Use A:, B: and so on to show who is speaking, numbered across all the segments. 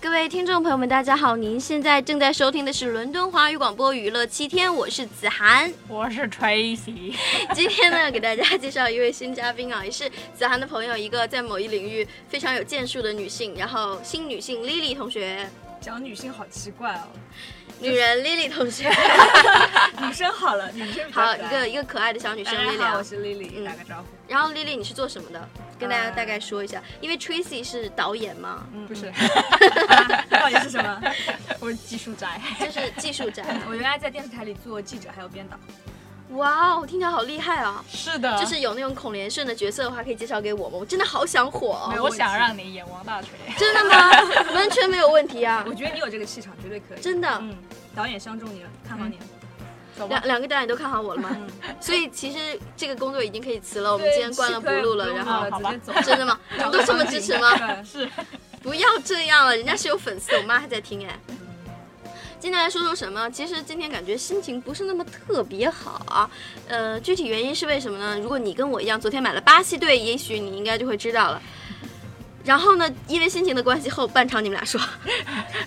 A: 各位听众朋友们，大家好！您现在正在收听的是伦敦华语广播娱乐七天，我是子涵。
B: 我是 Tracy，
A: 今天呢，给大家介绍一位新嘉宾啊，也是子涵的朋友，一个在某一领域非常有建树的女性，然后新女性 Lily 同学，
B: 讲女性好奇怪哦，
A: 女人 Lily 同 学，
B: 女生好了，女生比较
A: 好
B: 可
A: 一
B: 爱
A: 个一个可爱的小女
B: 大
A: 生
B: 家
A: Lily
B: 好，
A: 啊
B: 我。是 Lily，、
A: 嗯
B: 打个招呼。
A: 然后 Lily 你是做什么的？跟大家
B: 呃
A: 大概说一下，因为 Tracy 是导演嘛，
B: 嗯，不是，啊到底是什么？我是技术宅。
A: 就是技术 宅。
B: 我原来在电视台里做记者，还有编导。
A: 哇哦，听起来好厉害啊！
C: 是的，
A: 就是有那种孔连顺的角色的话，可以介绍给我吗？我真的好想火
B: 没
A: 哦！
B: 有
C: 我想让你演王大锤。
A: 真的吗？完全没有问题啊
B: 我！觉得你有这个气场，绝对可以。
A: 真的，
B: 嗯，导演相中你了，看好
A: 嗯
B: 你了。走吧
A: 两。两个导演都看好我了吗？
B: 嗯，
A: 所以其实这个工作已经可以辞了，我
B: 我
A: 们今天关了不录了，然 后。
C: 好吧
B: 直接走。
A: 真的吗？你们都这么支持吗？
B: 对
C: 是，
A: 不要这样了，人家是有粉丝的，我妈还在听哎。今天来说说什么？其实今天感觉心情不是那么特别好啊，呃，具体原因是为什么呢？如果你跟我一样，昨天买了巴西队，也许你应该就会知道了。然后呢，因为心情的关系，后半场你们俩说，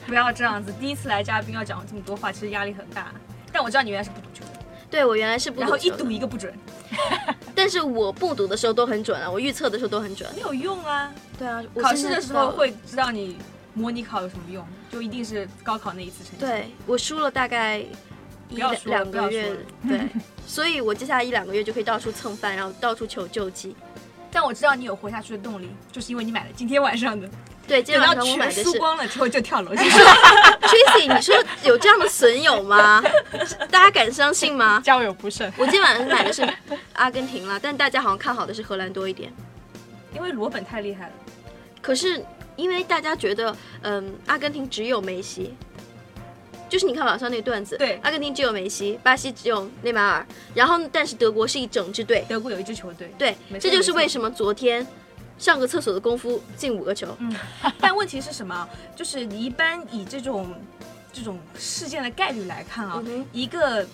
B: 不要这样子，第一次来嘉宾要讲这么多话，其实压力很大。但我知道你原来是不赌球的，
A: 对我原来是不
B: 然后
A: 赌
B: 一
A: 球的
B: 赌，一个不准，
A: 但是我不赌的时候都很准啊，我预测的时候都很准。
B: 没有用啊。
A: 对啊，我
B: 考
A: 现
B: 试
A: 在
B: 的
A: 知
B: 时
A: 道了
B: 候会知道你模拟考有什么用，就一定是高考那一次成绩。，
A: 对我输了大概一
B: 不要
A: 两
B: 说了
A: 两
B: 不要
A: 个
B: 说
A: 月
B: 了，
A: 对，所以我接下来一两个月就可以到处蹭饭，然后到处求救济。
B: 但我知道你有活下去的动力，就是因为你买了今天晚上的，
A: 对，今天
B: 等
A: 晚
B: 到
A: 上我
B: 全
A: 买的
B: 输
A: 是
B: 光了之后就跳楼。
A: Tracy，你说有这样的损友吗？大家敢相信吗？
C: 交友不慎。
A: 我今天晚上买的是阿根廷了，但大家好像看好的是荷兰多一点。
B: 因为罗本太厉害了，
A: 可是因为大家觉得，嗯，阿根廷只有梅西，就是你看网上那个段子，
B: 对
A: 阿根廷只有梅西，巴西只有内马尔，然后但是德国是一整支队，
B: 德国有一支球队。
A: 对，
B: 没
A: 这
B: 错
A: 就是
B: 没错
A: 为什么昨天上个厕所的功夫进五个球。
B: 嗯，但问题是什么啊？就是你一般以这种这种事件的概率来看啊
A: 嗯，哼
B: 一个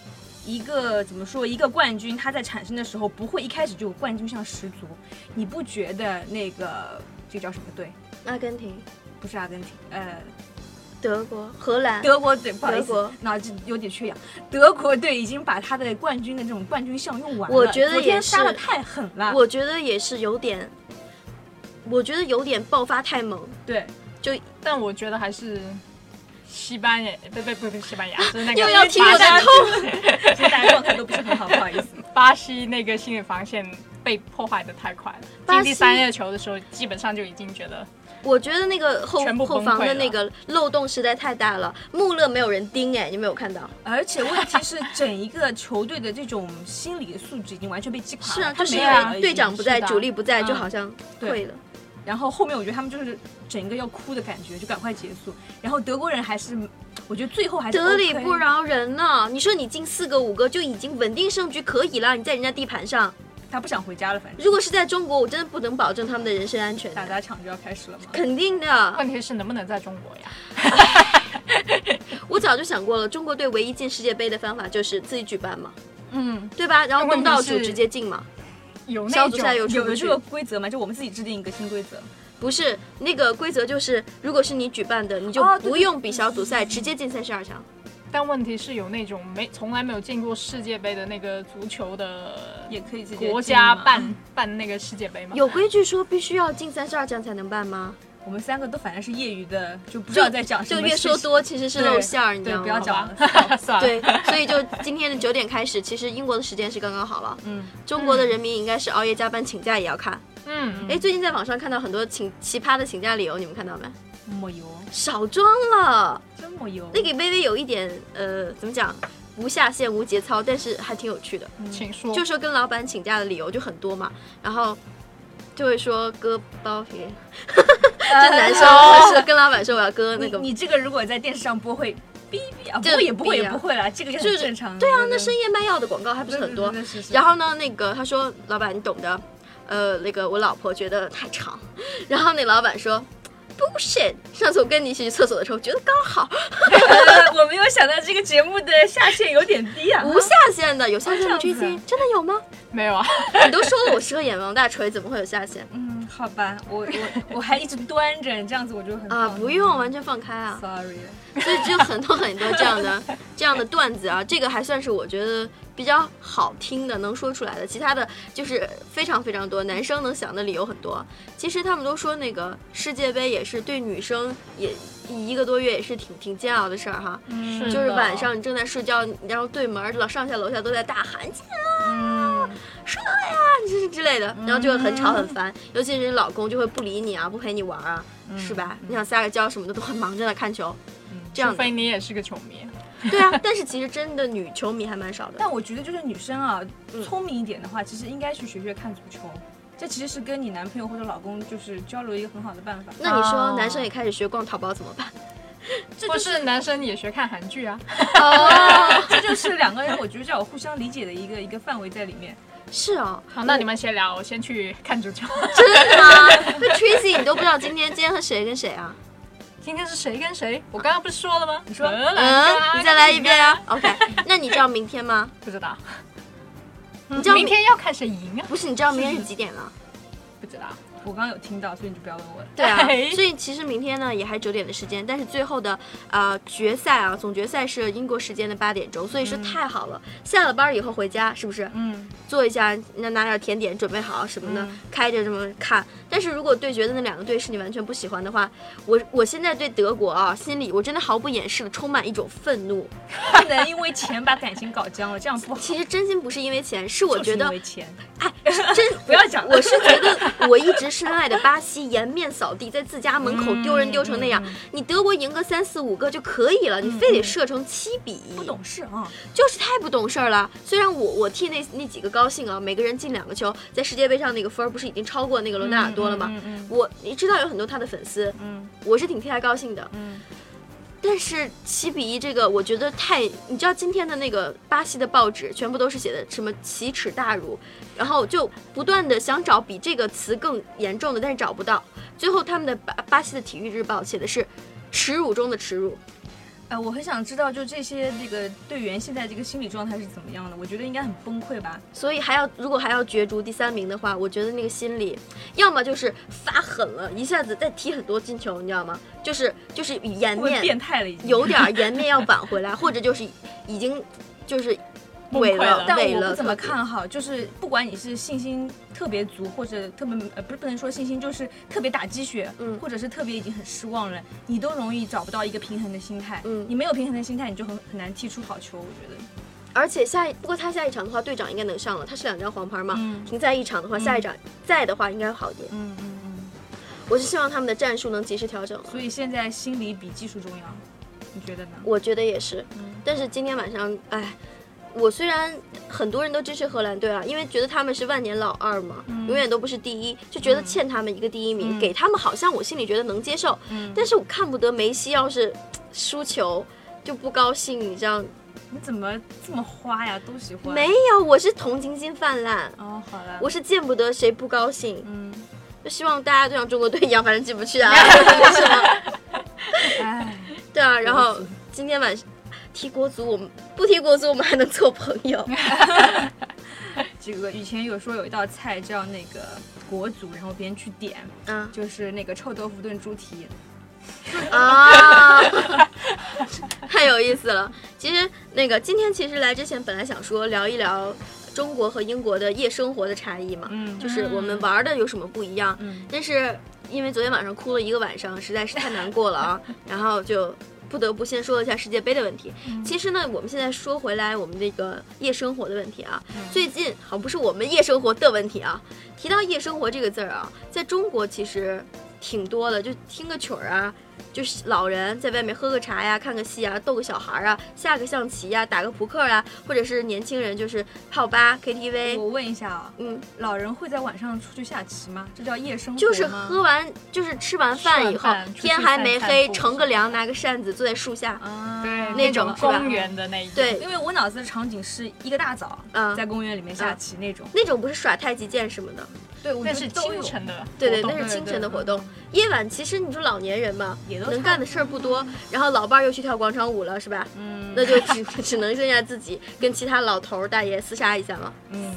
B: 一个怎么说，一个冠军，它在产生的时候不会一开始就有冠军相十足，你不觉得那个这叫什么队？
A: 阿根廷、
B: 不是阿根廷，呃，
A: 德国、荷兰，
B: 德国队，不好意
A: 德国
B: 思，脑子有点缺氧。德国队已经把他的冠军的这种冠军相用完了，
A: 我觉得
B: 昨
A: 也
B: 天
A: 是
B: 杀的太狠了。
A: 我觉得也是有点，我觉得有点爆发太猛。
B: 对，
C: 但我觉得还是西班牙，不不不不，西班牙是
B: 哎
C: 那个
A: 又要踢我
C: 巴
A: 的
C: 西
A: 痛，
B: 其实大家状态都不是很好，不好意思。
C: 巴西那个心理防线被破坏的太快了。
A: 巴
C: 进
A: 西
C: 第三个球的时候，基本上就已经觉得
A: 我觉得那个后
C: 全部崩
A: 后
C: 溃
A: 防的那个漏洞实在太大了，穆勒没有人盯哎，你没有看到？
B: 而且问题是，整一个球队的这种心理素质已经完全被击垮了。
A: 是啊，
B: 他
A: 就是
B: 没
A: 因
B: 有了
A: 为队长不在，
C: 是的
A: 主力不在，
B: 嗯
A: 就好像退了。
B: 然后后面我觉得他们就是整个要哭的感觉，就赶快结束。然后德国人还是，我觉得最后还是
A: 得理
B: OK
A: 不。饶人呢！你说你进四个五个就已经稳定胜局可以了，你在人家地盘上。
B: 他不想回家了，反正
A: 如果是在中国，我真的不能保证他们的人身安全的
B: 打砸抢就要开始了嘛。
A: 肯定的，
C: 问题是能不能在中国呀？
A: 我早就想过了，中国队唯一进世界杯的方法就是自己举办嘛，
C: 嗯，
A: 对吧？然后东道
C: 问
A: 主
C: 题是
A: 直接进嘛，
C: 有
A: 小
C: 那
A: 组赛有
C: 种
A: 出
B: 有
A: 不
B: 有这
A: 去
B: 个。规则吗？就我们自己制定一个新规则。
A: 不是那个规则就是，如果是你举办的，你就
B: 哦对对
A: 不用比小组赛，直接进三十二强。
C: 但问题是有那种没从来没有进过世界杯的那个足球的
B: 也可以直接
C: 国家
B: 进嘛啊
C: 办办那个世界杯吗？
A: 有规矩说必须要进三十二强才能办吗？
B: 我们三个都反正是业余的，就不知道在讲什
A: 就
B: 么。
A: 越说多其实是露馅儿，你知
B: 对，
A: 道
B: 不要
A: 吗？
B: 讲
C: 好
B: 了。
C: 算了，
A: 对，所以就今天的九点开始，其实英国的时间是刚刚好了。
B: 嗯，
A: 中国的人民应该是熬夜加班请假也要看。
C: 嗯，
A: 哎，最近在网上看到很多请奇葩的请假理由，你们看到没？
B: 抹油，
A: 少装了，
B: 真抹油。
A: 那个微微有一点呃，怎么讲，无下限、无节操，但是还挺有趣的。
C: 请说。
A: 就说跟老板请假的理由就很多嘛，然后就会说割包 皮，就男生
B: 哦
A: 会说跟老板说我要割那个
B: 你你这个如果在电视上播会哔哔啊，不
A: 这
B: 会也不会
A: 哔啊
B: 也不会啦，这个就
A: 就
B: 很
A: 是
B: 正常。
A: 对啊，那
B: 是
A: 深夜卖药的广告还不是很多。然
B: 然 后
A: 后呢，那个他说老板你懂的，呃，那个我老婆觉得太长， 然后那老板说。bullshit！上次我跟你一起去厕所的时候，觉得刚好
B: 呃我没有想到这个节目的下限有点低啊。
A: 无下限的，有下限的
B: 这
A: 追
B: 样子啊
A: 星真的有吗？
C: 没有啊，
A: 你都说了我是个演王大锤，怎么会有下限？
B: 嗯，好吧，我我我还一直端着，这样子我就很
A: 啊，
B: 放
A: 不用，完全放开啊。
B: sorry。
A: 所以就很多很多这样的这样的段子啊，这个还算是我觉得比较好听的，能说出来的。其他的就是非常非常多，男生能想的理由很多。其实他们都说那个世界杯也是对女生也一个多月也是挺挺煎熬的事儿哈，
B: 嗯
C: 是
A: 就是
C: 的
A: 晚上你正在睡觉，然后对门儿老上下楼下都在大喊“
B: 嗯
A: 之之类的，然后就会很吵很烦，尤其是你老公就会不理你啊，不陪你玩啊，是吧？你想撒个娇什么的都很忙着呢，看球，这样
C: 除
A: 的
C: 非你也是个球迷，
A: 对啊。但是其实真的女球迷还蛮少的
B: 但。我觉得就是女生啊，
A: 嗯
B: 聪明一点的话，其实应该去学学看足球。这其实是跟你男朋友或者老公就是交流一个很好的办 法。
A: 那你说
C: 哦
A: 男生也开始学逛淘宝怎么办？
B: 这
C: 或
B: 就是
C: 男生也学看韩剧啊。
A: 哦，
B: 这就是两个人，我觉得要有互相理解的一个一个范围在里面。
A: 是哦，
C: 好，那你们先聊，我先去看足球。
A: 真的吗？ 那 Tracy 你都不知道今天今天和谁跟谁啊？
C: 今天是谁跟谁？我刚刚不是说了吗？你
B: 说
A: 嗯，你再来一遍啊。OK，那你知道明天吗？
C: 不知道，
A: 你知道
C: 明天要看谁赢啊？
A: 不是？你知道明天是几点吗？
C: 不知道，
B: 我刚刚有听到，所以你就不要问我了。
A: 对 啊
C: 哎，
A: 所以其实明天呢也还九点的时间，但是最后的呃决赛啊，总决赛是英国时间的八点钟，所以说太好了。下了班以后回家是不是
B: 嗯，
A: 做一下，那拿点甜点准备好什么的，开着这么看。但是如果对决的那两个队是你完全不喜欢的话，我我现在对德国啊，心里我真的毫不掩饰的充满一种愤怒。
B: 不能因为钱把感情搞僵了，这样不好。
A: 其实真心不是因为钱，是我觉
B: 就是因
A: 得哎
B: 为钱，
A: 真
B: 不要讲了
A: 我是觉得我一直深爱的巴西颜面扫地，在自家门口丢人丢成那样，
B: 嗯
A: 你德国赢个三四五个就可以了，你非得射成七比一，
B: 不懂事啊。
A: 就是太不懂事儿了。虽然我我替那那几个高兴啊，每个人进两个球，在世界杯上那个分儿不是已经超过那个罗纳尔多了吗？我你知道有很多他的粉丝，
B: 嗯
A: 我是挺替他高兴的。
B: 嗯
A: 但是七比一这个，我觉得太，你知道今天的那个巴西的报纸全部都是写的什么奇耻大辱，然后就不断的想找比这个词更严重的，但是找不到。最后他们的巴巴西的体育日报写的是耻辱中的耻辱，
B: 哎，我很想知道，就这些这个队员现在这个心理状态是怎么样的？我觉得应该很崩溃吧。
A: 所以还要如果还要角逐第三名的话，我觉得那个心里，要么就是发狠了，一下子再踢很多进球，你知道吗？就是就是颜
B: 会不会
A: 面
B: 变态了已经。
A: 有点儿颜面要挽回来，或者就是已经就是萎
C: 崩溃了
A: 了，
B: 但
A: 萎
B: 我
A: 了
B: 不怎么
A: 彻底
B: 看好，就是不管你是信心特别足，或者特别呃不是不能说信心，就是特别打鸡血，
A: 嗯
B: 或者是特别已经很失望了，你都容易找不到一个平衡的心态，
A: 嗯
B: 你没有平衡的心态，你就很很难踢出好球，我觉得。
A: 而且下一不过他下一场的话，队长应该能上了，他是两张黄牌嘛，
B: 嗯
A: 停赛一场的话，下一场在的话应该好一点。
B: 嗯嗯嗯。
A: 我是希望他们的战术能及时调整了，
B: 所以现在心理比技术重要，你觉得呢？
A: 我觉得也是。但是今天晚上，哎，我虽然很多人都支持荷兰队啊，因为觉得他们是万年老二嘛，永远都不是第一，就觉得欠他们一个第一名，给他们好像我心里觉得能接受，但是我看不得梅西要是输球就不高兴，你知道？
B: 你怎么这么花呀？都喜欢。
A: 没。有，我是同情心泛滥。
B: 哦，好了。
A: 我是见不得谁不高兴，
B: 嗯，
A: 就希望大家都像中国队一样，反正进不去啊，是吗？
B: 哎，
A: 对啊，然后今天晚上踢国足，我们不踢国足，我们还能做朋友。
B: 这个以前有说有一道菜叫那个国足，然后别人去点，
A: 嗯
B: 就是那个臭豆腐炖猪蹄。
A: 啊，太有意思了。其实那个今天其实来之前本来想说聊一聊中国和英国的夜生活的差异嘛，
B: 嗯
A: 就是我们玩的有什么不一样。
B: 嗯
A: 但是因为昨天晚上哭了一个晚上，实在是太难过了 啊，然后就。不得不先说一下世界杯的问题。
B: 嗯
A: 其实呢，我们现在说回来，我们这个夜生活的问题啊，
B: 嗯
A: 最近好不是我们夜生活的问题啊。提到夜生活这个字儿啊，在中国其实挺多的，就听个曲儿啊，就是老人在外面喝个茶呀、看个戏啊、逗个小孩儿啊、下个象棋呀、打个扑克啊，或者是年轻人就是泡吧、KTV，
B: 我问一下啊，
A: 嗯，
B: 老人会在晚上出去下棋吗？这叫夜生活吗
A: 就是喝完就是吃完饭以
C: 吃
A: 后
C: 完饭，出去
A: 天还没
C: 散
A: 黑，
C: 散步
A: 乘个凉，拿个扇子坐在树下，
B: 啊，
C: 对，
A: 那种是吧
C: 公园的那一种。
A: 对
B: 因为我脑子的场景是一个大早
A: 嗯
B: 在公园里面下棋那种。
A: 那种不是耍太极剑什么的，
B: 对，我觉
C: 那
B: 得
C: 是
B: 都有
C: 清晨的活动，
A: 对对，那是
B: 对对
A: 清晨的
B: 对
A: 活动。夜晚其实你说老年人嘛，
B: 也都
A: 能
B: 差
A: 干的事儿不多，然后老伴儿又去跳广场舞了，是吧？
B: 嗯
A: 那就只只能剩下自己跟其他老头儿大爷厮杀一下嘛。
B: 嗯，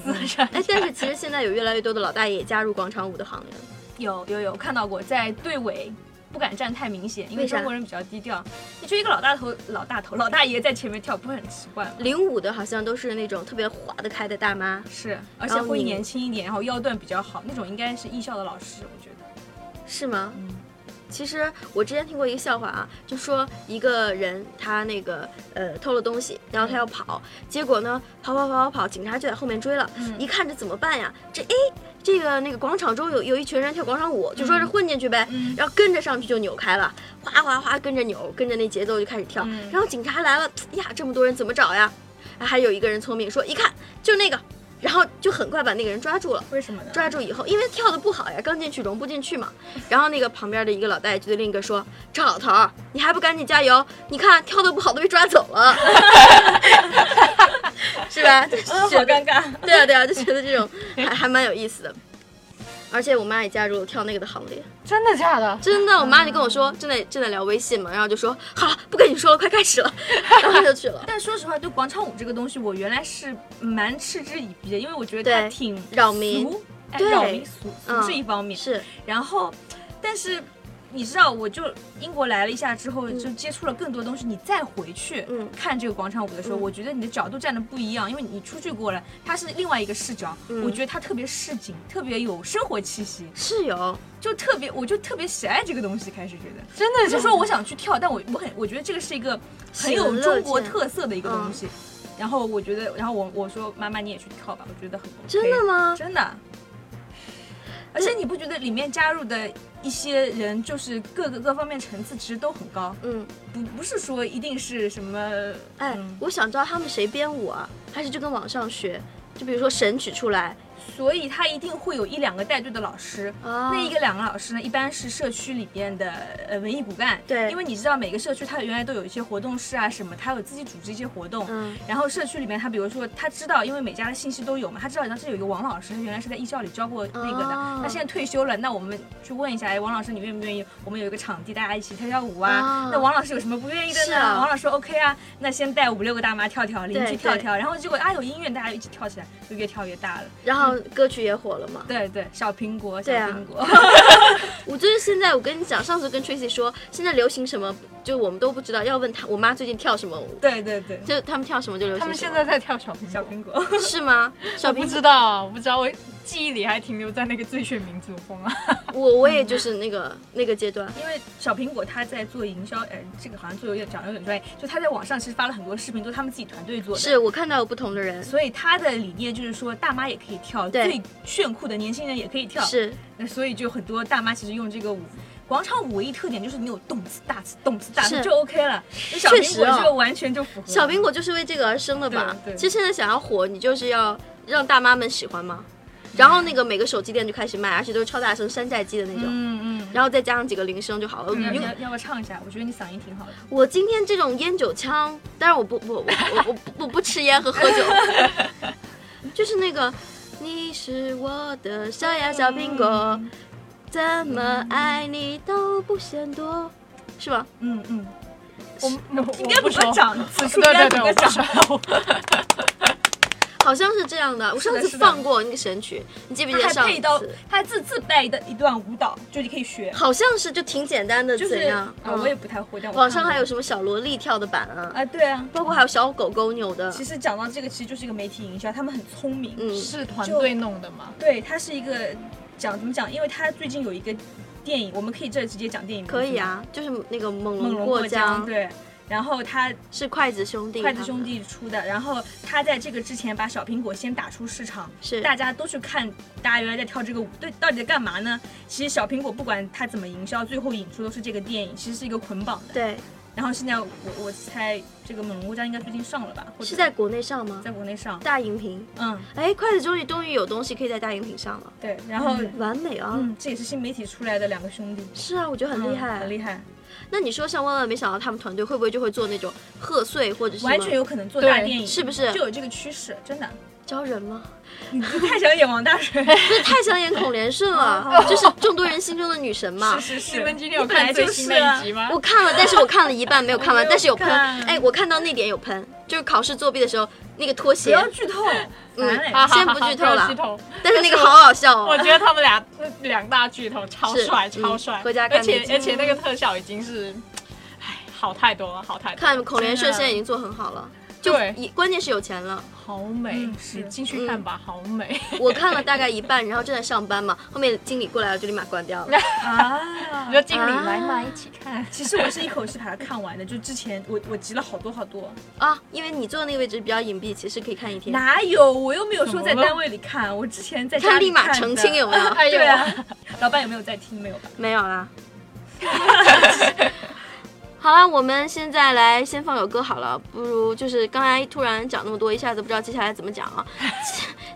A: 哎，但是其实现在有越来越多的老大爷也加入广场舞的行列了。
B: 有有有看到过，在队尾不敢站太明显，因为
A: 为啥
B: 中国人比较低调，你就一个老大头、老大头、老 大爷在前面跳，不会很奇怪吗？
A: 零五的好像都是那种特别划得开的大妈，
B: 是，而
A: 然
B: 且
A: 后
B: 会
A: 你
B: 年轻一点，然后腰段比较好，那种应该是艺校的老师，我觉得。
A: 是吗？
B: 嗯
A: 其实我之前听过一个笑话啊，就说一个人他那个呃偷了东西，然后他要跑，结果呢跑跑跑跑跑，警察就在后面追了，
B: 嗯
A: 一看这怎么办呀？这哎这个那个广场中有有一群人跳广场舞，就说是混进去呗，
B: 嗯
A: 然后跟着上去就扭开了，哗哗哗跟着扭，跟着那节奏就开始跳，
B: 嗯
A: 然后警察来了，呀这么多人怎么找呀？啊还有一个人聪明说一看就那个，然后就很快把那个人抓住了。
B: 为什么呢？
A: 抓住以后，因为跳的不好呀，刚进去融不进去嘛。然后那个旁边的一个老大爷就对另一个说：“这老头儿，你还不赶紧加油？你看跳的不好都被抓走了， 是 吧？”就
B: 嗯，好
A: 觉得
B: 尴尬。
A: 对啊对啊，就觉得这种还还蛮有意思的。而且我妈也加入了跳那个的行列，
C: 真的假的？
A: 真的，我妈就跟我说正在正在聊微信嘛，然后就说好了，不跟你说了，快开始了，然后就去了，
B: 但说实话，对广场舞这个东西，我原来是蛮嗤之以鼻的，因为我觉得它
A: 对
B: 挺
A: 扰民
B: 俗，哎
A: 对
B: 扰民俗俗
A: 嗯
B: 是一方面，
A: 是
B: 然后，但是你知道，我就英国来了一下之后，就接触了更多东西。你再回去
A: 嗯
B: 看这个广场舞的时候，
A: 嗯
B: 我觉得你的角度站的不一样，因为你出去过了，它是另外一个视角。
A: 嗯
B: 我觉得它特别市井，特别有生活气息，
A: 是有，
B: 就特别，我就特别喜爱这个东西。开始觉得，
C: 真的
B: 就
C: 假的
B: 是说我想去跳，但我我很我觉得这个是一个很
A: 喜
B: 有
A: 闻乐
B: 中国
A: 见
B: 特色的一个东西。然后我觉得，然后我我说妈妈你也去跳吧，我觉得很 OK。
A: 真的吗？
B: 真的。而且你不觉得里面加入的一些人，就是各个各方面层次其实都很高，
A: 嗯，
B: 不不是说一定是什么，
A: 哎
B: 嗯，
A: 我想知道他们谁编舞啊，还是就跟网上学？就比如说神曲出来，
B: 所以他一定会有一两个带队的老师。
A: 啊，
B: 那一个两个老师呢，一般是社区里面的呃文艺骨干，
A: 对
B: 因为你知道每个社区它原来都有一些活动室啊什么，它有自己组织一些活动，
A: 嗯
B: 然后社区里面，他比如说他知道，因为每家的信息都有嘛，他知道当时有一个王老师，他原来是在艺校里教过那个的，
A: 哦
B: 他现在退休了，那我们去问一下，哎，王老师你愿不愿意？我们有一个场地，大家一起跳跳舞啊。
A: 哦
B: 那王老师有什么不愿意的
A: 是
B: 呢？
A: 啊
B: 王老师说 OK 啊，那先带五六个大妈跳跳，邻居
A: 对
B: 跳跳，然后结果啊有音乐，大家一起跳起来，就越跳越大了。
A: 然后歌曲也火了嘛。
B: 对对，小苹果，小
A: 对啊
B: 苹 果，
A: 我就是现在，我跟你讲，上次跟 Tracy 说，现在流行什么，就我们都不知道，要问他，我妈最近跳什么舞，
B: 对对对，
A: 就他们跳什么就流行什么。
C: 他们现在在跳小苹
B: 小
C: 果，
B: 苹果。
A: 是吗？小
C: 我不
A: 苹
C: 知道，我不知道，我记忆里还停留在那个最炫民族风啊。
A: 我我也就是那个 那个阶段，
B: 因为小苹果他在做营销，哎，这个好像做有点讲得有点专业，就他在网上其实发了很多视频，都是他们自己团队做的。
A: 是我看到有不同的人，
B: 所以他的理念就是说，大妈也可以跳，
A: 对
B: 最炫酷的年轻人也可以跳。，
A: 是
B: 那所以就很多大妈其实用这个舞。广场舞唯一特点就是你有动次大次、动次大次
A: 是
B: 就 OK 了，那小
A: 确
B: 苹
A: 实哦
B: 果就完全就符合。
A: 小苹果就是为这个而生的吧？
B: 对对
A: 其实现在想要火，你就是要让大妈们喜欢嘛。然后那个每个手机店就开始卖，而且都是超大声山寨机的那种。
B: 嗯嗯，
A: 然后再加上几个铃声就好了。
B: 要
A: 因
B: 要
A: 为
B: 要不要唱一下？我觉得你嗓音挺好的。
A: 我今天这种烟酒枪，当然我不不我我我不我不吃烟和喝 酒，就是那个你是我的小呀小苹果，
B: 嗯
A: 怎么爱你都不嫌多，是吧？
B: 嗯嗯，
C: 我我
B: 应
C: 应
B: 该不会 涨，此处应
C: 对
B: 该
C: 对对，
B: 不会
C: 我不
B: 涨。
C: 熟。
A: 好像是这样的。我上次
B: 是的
A: 放过那个神曲，你记不记
B: 他
A: 得
B: 还
A: 上
B: 配到
A: 次？，
B: 他还自自带的一段舞蹈，就你可以学。
A: 好像是就挺简单的，
B: 就是
A: 怎样
B: 啊？，
A: 嗯
B: 我也不太会，但我
A: 网
B: 看
A: 上
B: 过
A: 还有什么小萝莉跳的版啊，
B: 啊，对啊。
A: 包括还有小狗狗扭的
B: 其，实讲到这个，其实就是一个媒体营销，他们很聪明。
A: 嗯，
C: 是团队弄的吗？
B: 对，它是一个讲怎么讲？因为它最近有一个电影，我们可以这直接讲电影名字吗
A: 可以，啊，就是那个猛
B: 《猛龙
A: 龙
B: 过
A: 过
B: 江》
A: 江，啊
B: 对。然后他
A: 是筷子兄弟，
B: 筷子兄弟出的，然后他在这个之前把小苹果先打出市场，
A: 是
B: 大家都去看，大家原来在跳这个舞，对，到底在干嘛呢？其实小苹果不管他怎么营销，最后引出都是这个电影，其实是一个捆绑的。
A: 对，
B: 然后现在我我猜这个《猛龙过江》应该最近上了吧？或者
A: 是在国内上吗？
B: 在国内上，
A: 大荧屏，
B: 嗯，
A: 哎，筷子兄弟终于有东西可以在大荧屏上了，
B: 哦对，然后
C: 嗯
A: 完美啊！
B: 嗯，这也是新媒体出来的两个兄弟，
A: 是啊，我觉得很厉害。
B: 嗯很厉害。
A: 那你说像万万没想到他们团队会不会就会做那种贺岁或者是什么
B: 完全有可能做大
C: 对
B: 电影，
A: 是不是
B: 就有这个趋势？真的，
A: 招人吗？
B: 你这太想演王大水，
A: 不是太想演孔连顺 了，就是众多人心中的女神嘛。
B: 哦是是
C: 你们今天
B: 我
C: 有看最新的
B: 啊
C: 一集吗？
A: 我看了，但是我啊看了一半没有 看完，但是有喷。
B: 看
A: 哎，我看到那点有喷，就是考试作弊的时候那个拖
B: 不
A: 鞋
B: 要，剧透，
A: 嗯
B: 烦
C: 哈
B: 嘞
C: 哈
A: 先
C: 哈
A: 不
C: 哈
A: 剧
C: 要
A: 透了
C: 剧透
A: 但是那个好好笑
C: 我
A: 哦
C: 觉。得他们俩两大巨头超
A: 是
C: 帅，
A: 嗯
C: 超帅，
A: 回家看
C: 而且
A: 那集
C: 而且那个特效已经是，唉，好太多了，好太多了，
A: 看孔连顺现在已经做很好了，就
C: 对
A: 一关键是有钱了。
C: 好美
B: 嗯，是
C: 你进去看吧，好美。
A: 我看了大概一半，然后正在上班嘛，后面经理过来了就立马关掉 了。
B: 啊
C: 你说经理
A: 啊
C: 来嘛，一起看。
B: 其实我是一口气把它看完的，就之前我我集了好多好 多，
A: 啊，因为你坐的那个位置比较隐蔽，其实可以看一天。
B: 哪有？我又没有说在
C: 怎么了
B: 单位里看，我之前在家
A: 看
B: 里
A: 立马
B: 看
A: 澄
B: 的
A: 清有没 有？
C: 哎
B: 对
C: 呀，
B: 啊，老板有没有在听？没有吧？
A: 没有啦。好了，我们现在来先放首歌好了，不如就是刚才突然讲那么多，一下子不知道接下来怎么讲啊。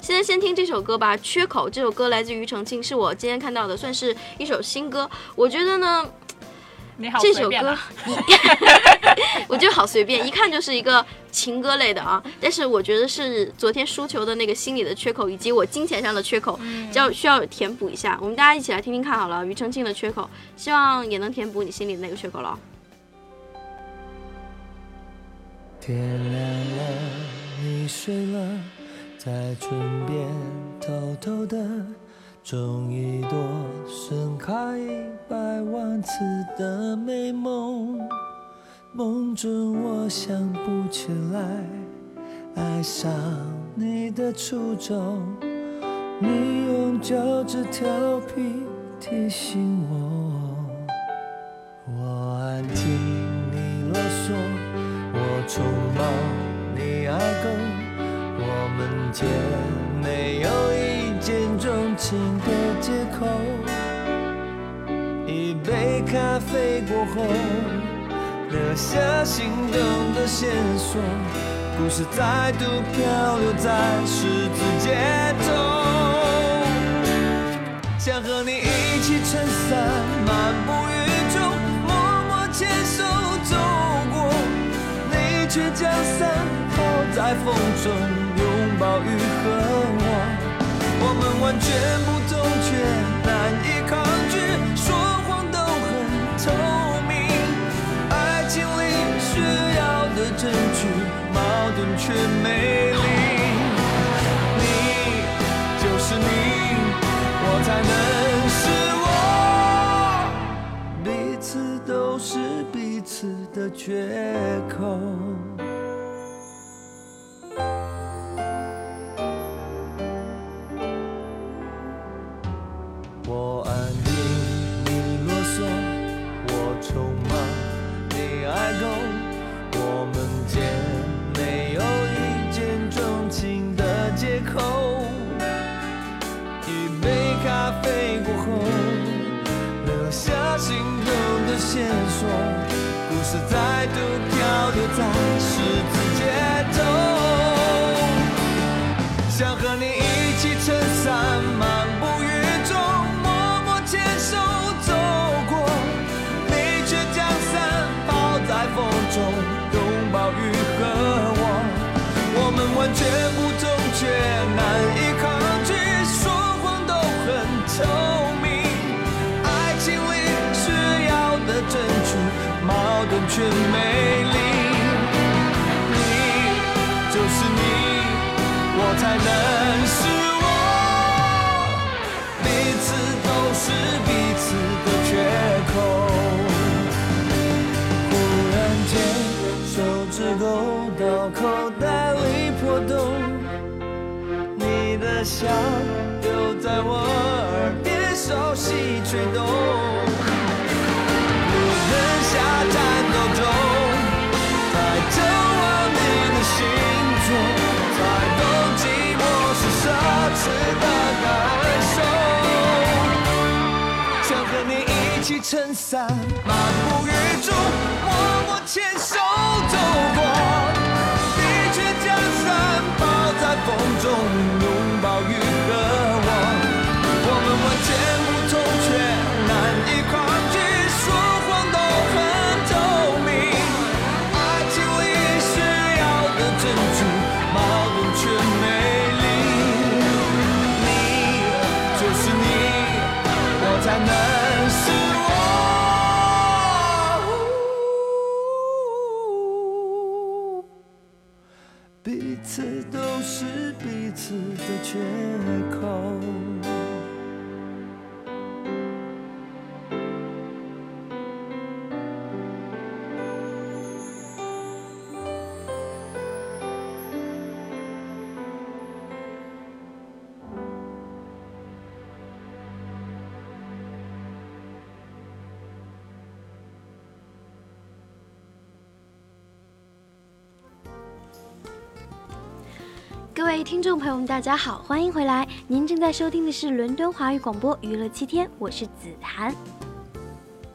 A: 现在先听这首歌吧，《缺口》这首歌来自于庾澄庆，是我今天看到的，算是一首新歌。我觉得呢，
C: 你好
A: 这
C: 随
A: 首
C: 便
A: 歌
C: 啊，
A: 一 我觉得好随便，一看就是一个情歌类的啊。但是我觉得是昨天输球的那个心理的缺口，以及我金钱上的缺口，
C: 嗯
A: 要需要填补一下。我们大家一起来听听看好了，庾澄庆的缺口，希望也能填补你心里的那个缺口了。
D: 天亮了，你睡了，在唇边偷偷的种一朵盛开一百万次的美梦，梦中我想不起来爱上你的初衷，你用脚趾调皮提醒我。我安静你啰嗦，我宠猫你爱狗，我们间没有一见钟情的借口。一杯咖啡过后，留下心动的线索，故事再度漂流在十字街头。想和你一起撑伞，漫步雨中，默默牵手走过。你却将伞抛在风中，拥抱雨和我。我们完全不同却难以抗拒，说谎都很透明。爱情里需要的证据，矛盾却美丽。你就是你，我才能是我，彼此都是彼此的缺口。我安定，你啰嗦；我匆忙，你爱狗。我们间没有一见钟情的借口。一杯咖啡过后，留下心动的线索，故事再度漂流在十字街头。想和你一起撑伞，漫步雨中，默默牵手走过，你却将伞抛在风中，拥抱雨和我，我们完全不同却难以抗拒，说谎都很透明，爱情里需要的证据，矛盾却美丽。你就是你，我才能是我。彼此都是彼此的缺口。忽然间，手指勾到口袋里破洞，你的笑又在我耳边熟悉吹动。路灯下颤抖中。才眺望你的星座，才懂寂寞是奢侈的感受。想和你一起撑伞，漫步雨中，默默牵手走过。你却将伞抱在风中，拥抱雨和我。我们完全不同，却难以抗拒，说谎都很透明。爱情里需要的证据，矛盾却美丽。
E: 各位听众朋友们，大家好，欢迎回来。您正在收听的是伦敦华语广播娱乐七天，我是子涵。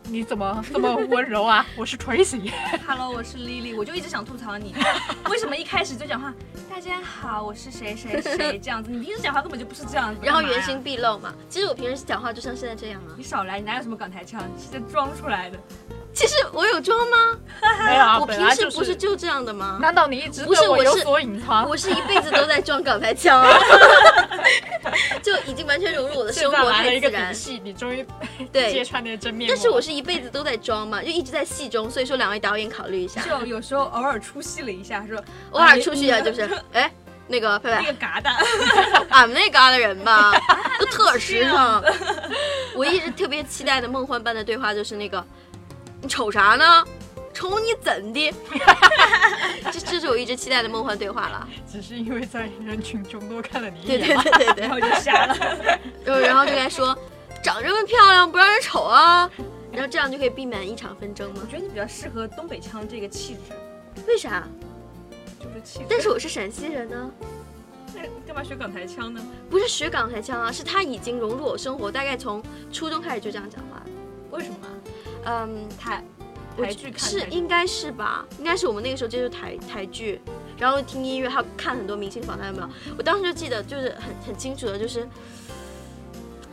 C: 你怎么这么温柔 啊？我是 Tracy，
B: Hello，我是 Lily，我就一直想吐槽你， 为什么一开始就讲话？大家好，我是谁谁谁这样子，你平时讲话根本就不是这样子。
A: 然后
B: 干嘛
A: 原
B: 呀
A: 形毕露嘛。其实我平时讲话就像现在这样啊。
B: 你少来，你哪有什么港台腔？你是在装出 来的。
A: 其实我有装吗？
C: 没有啊，
A: 哎我
C: 本
A: 平
C: 来
A: 时
C: 就
A: 不是就这样的吗？
C: 难道你一直
A: 不是
C: 对
A: 我
C: 有
A: 是
C: 所隐 藏
A: 我？是一辈子都在装港台腔 啊，就已经完全融入我的
C: 现
A: 生
C: 在
A: 活
C: 来了
A: 太
C: 一个
A: 自
C: 底
A: 然。
C: 细，你终于 揭
A: 对，
C: 穿你的真面目了。
A: 但是我是一辈子都在装嘛，就一直在戏中，所以说两位导演考虑一下，
B: 就有时候偶尔出戏了一下， 说
A: 偶尔出去啊，
B: 哎
A: 就是哎。那个啊佩
B: 那
A: 佩，
B: 个嘎达，
A: 俺们那嘎的人 吧，都特实诚。我一直特别期待的梦幻般的对话就是那个，你瞅啥呢？瞅你怎的？ 这这是我一直期待的梦幻对话了。
C: 只是因为在人群中多看了你一
A: 对
C: 眼。
A: 对对对对
B: 然。后就瞎了。
A: 然 后然后就该说，长这么漂亮不让人瞅啊，然后这样就可以避免一场纷争吗
B: 我？觉得你比较适合东北腔这个气质，
A: 为啥？
B: 就是气质。
A: 但是我是陕西人呢，
B: 干嘛学港台腔呢？
A: 不是学港台腔啊，是他已经融入我生活，大概从初中开始就这样讲话。
B: 为什么啊？
A: 嗯，
B: 台
A: 我
B: 台剧看
A: 是
B: 太多
A: 应该是吧？应该是我们那个时候接触台台剧，然后听音乐，还有看很多明星访谈，有没有？我当时就记得就是很很清楚的，就是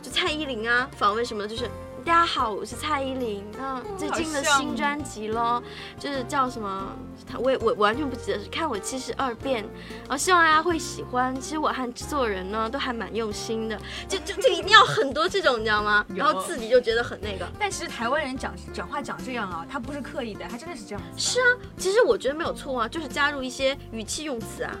A: 就蔡依林啊访问什么的，就是。大家好，我是蔡依林。那最近的
B: 嗯好像
A: 新专辑咯，就是叫什么？她我也我我完全不记得，是看我七十二变。然后希望大家会喜欢。其实我和制作人呢都还蛮用心的，就就就一定要很多这种，你知道吗？然后
C: 有
A: 自己就觉得很那个。
B: 但其实台湾人讲讲话讲这样啊，他不是刻意的，他真的是这样子。
A: 是啊，其实我觉得没有错啊，就是加入一些语气用词啊。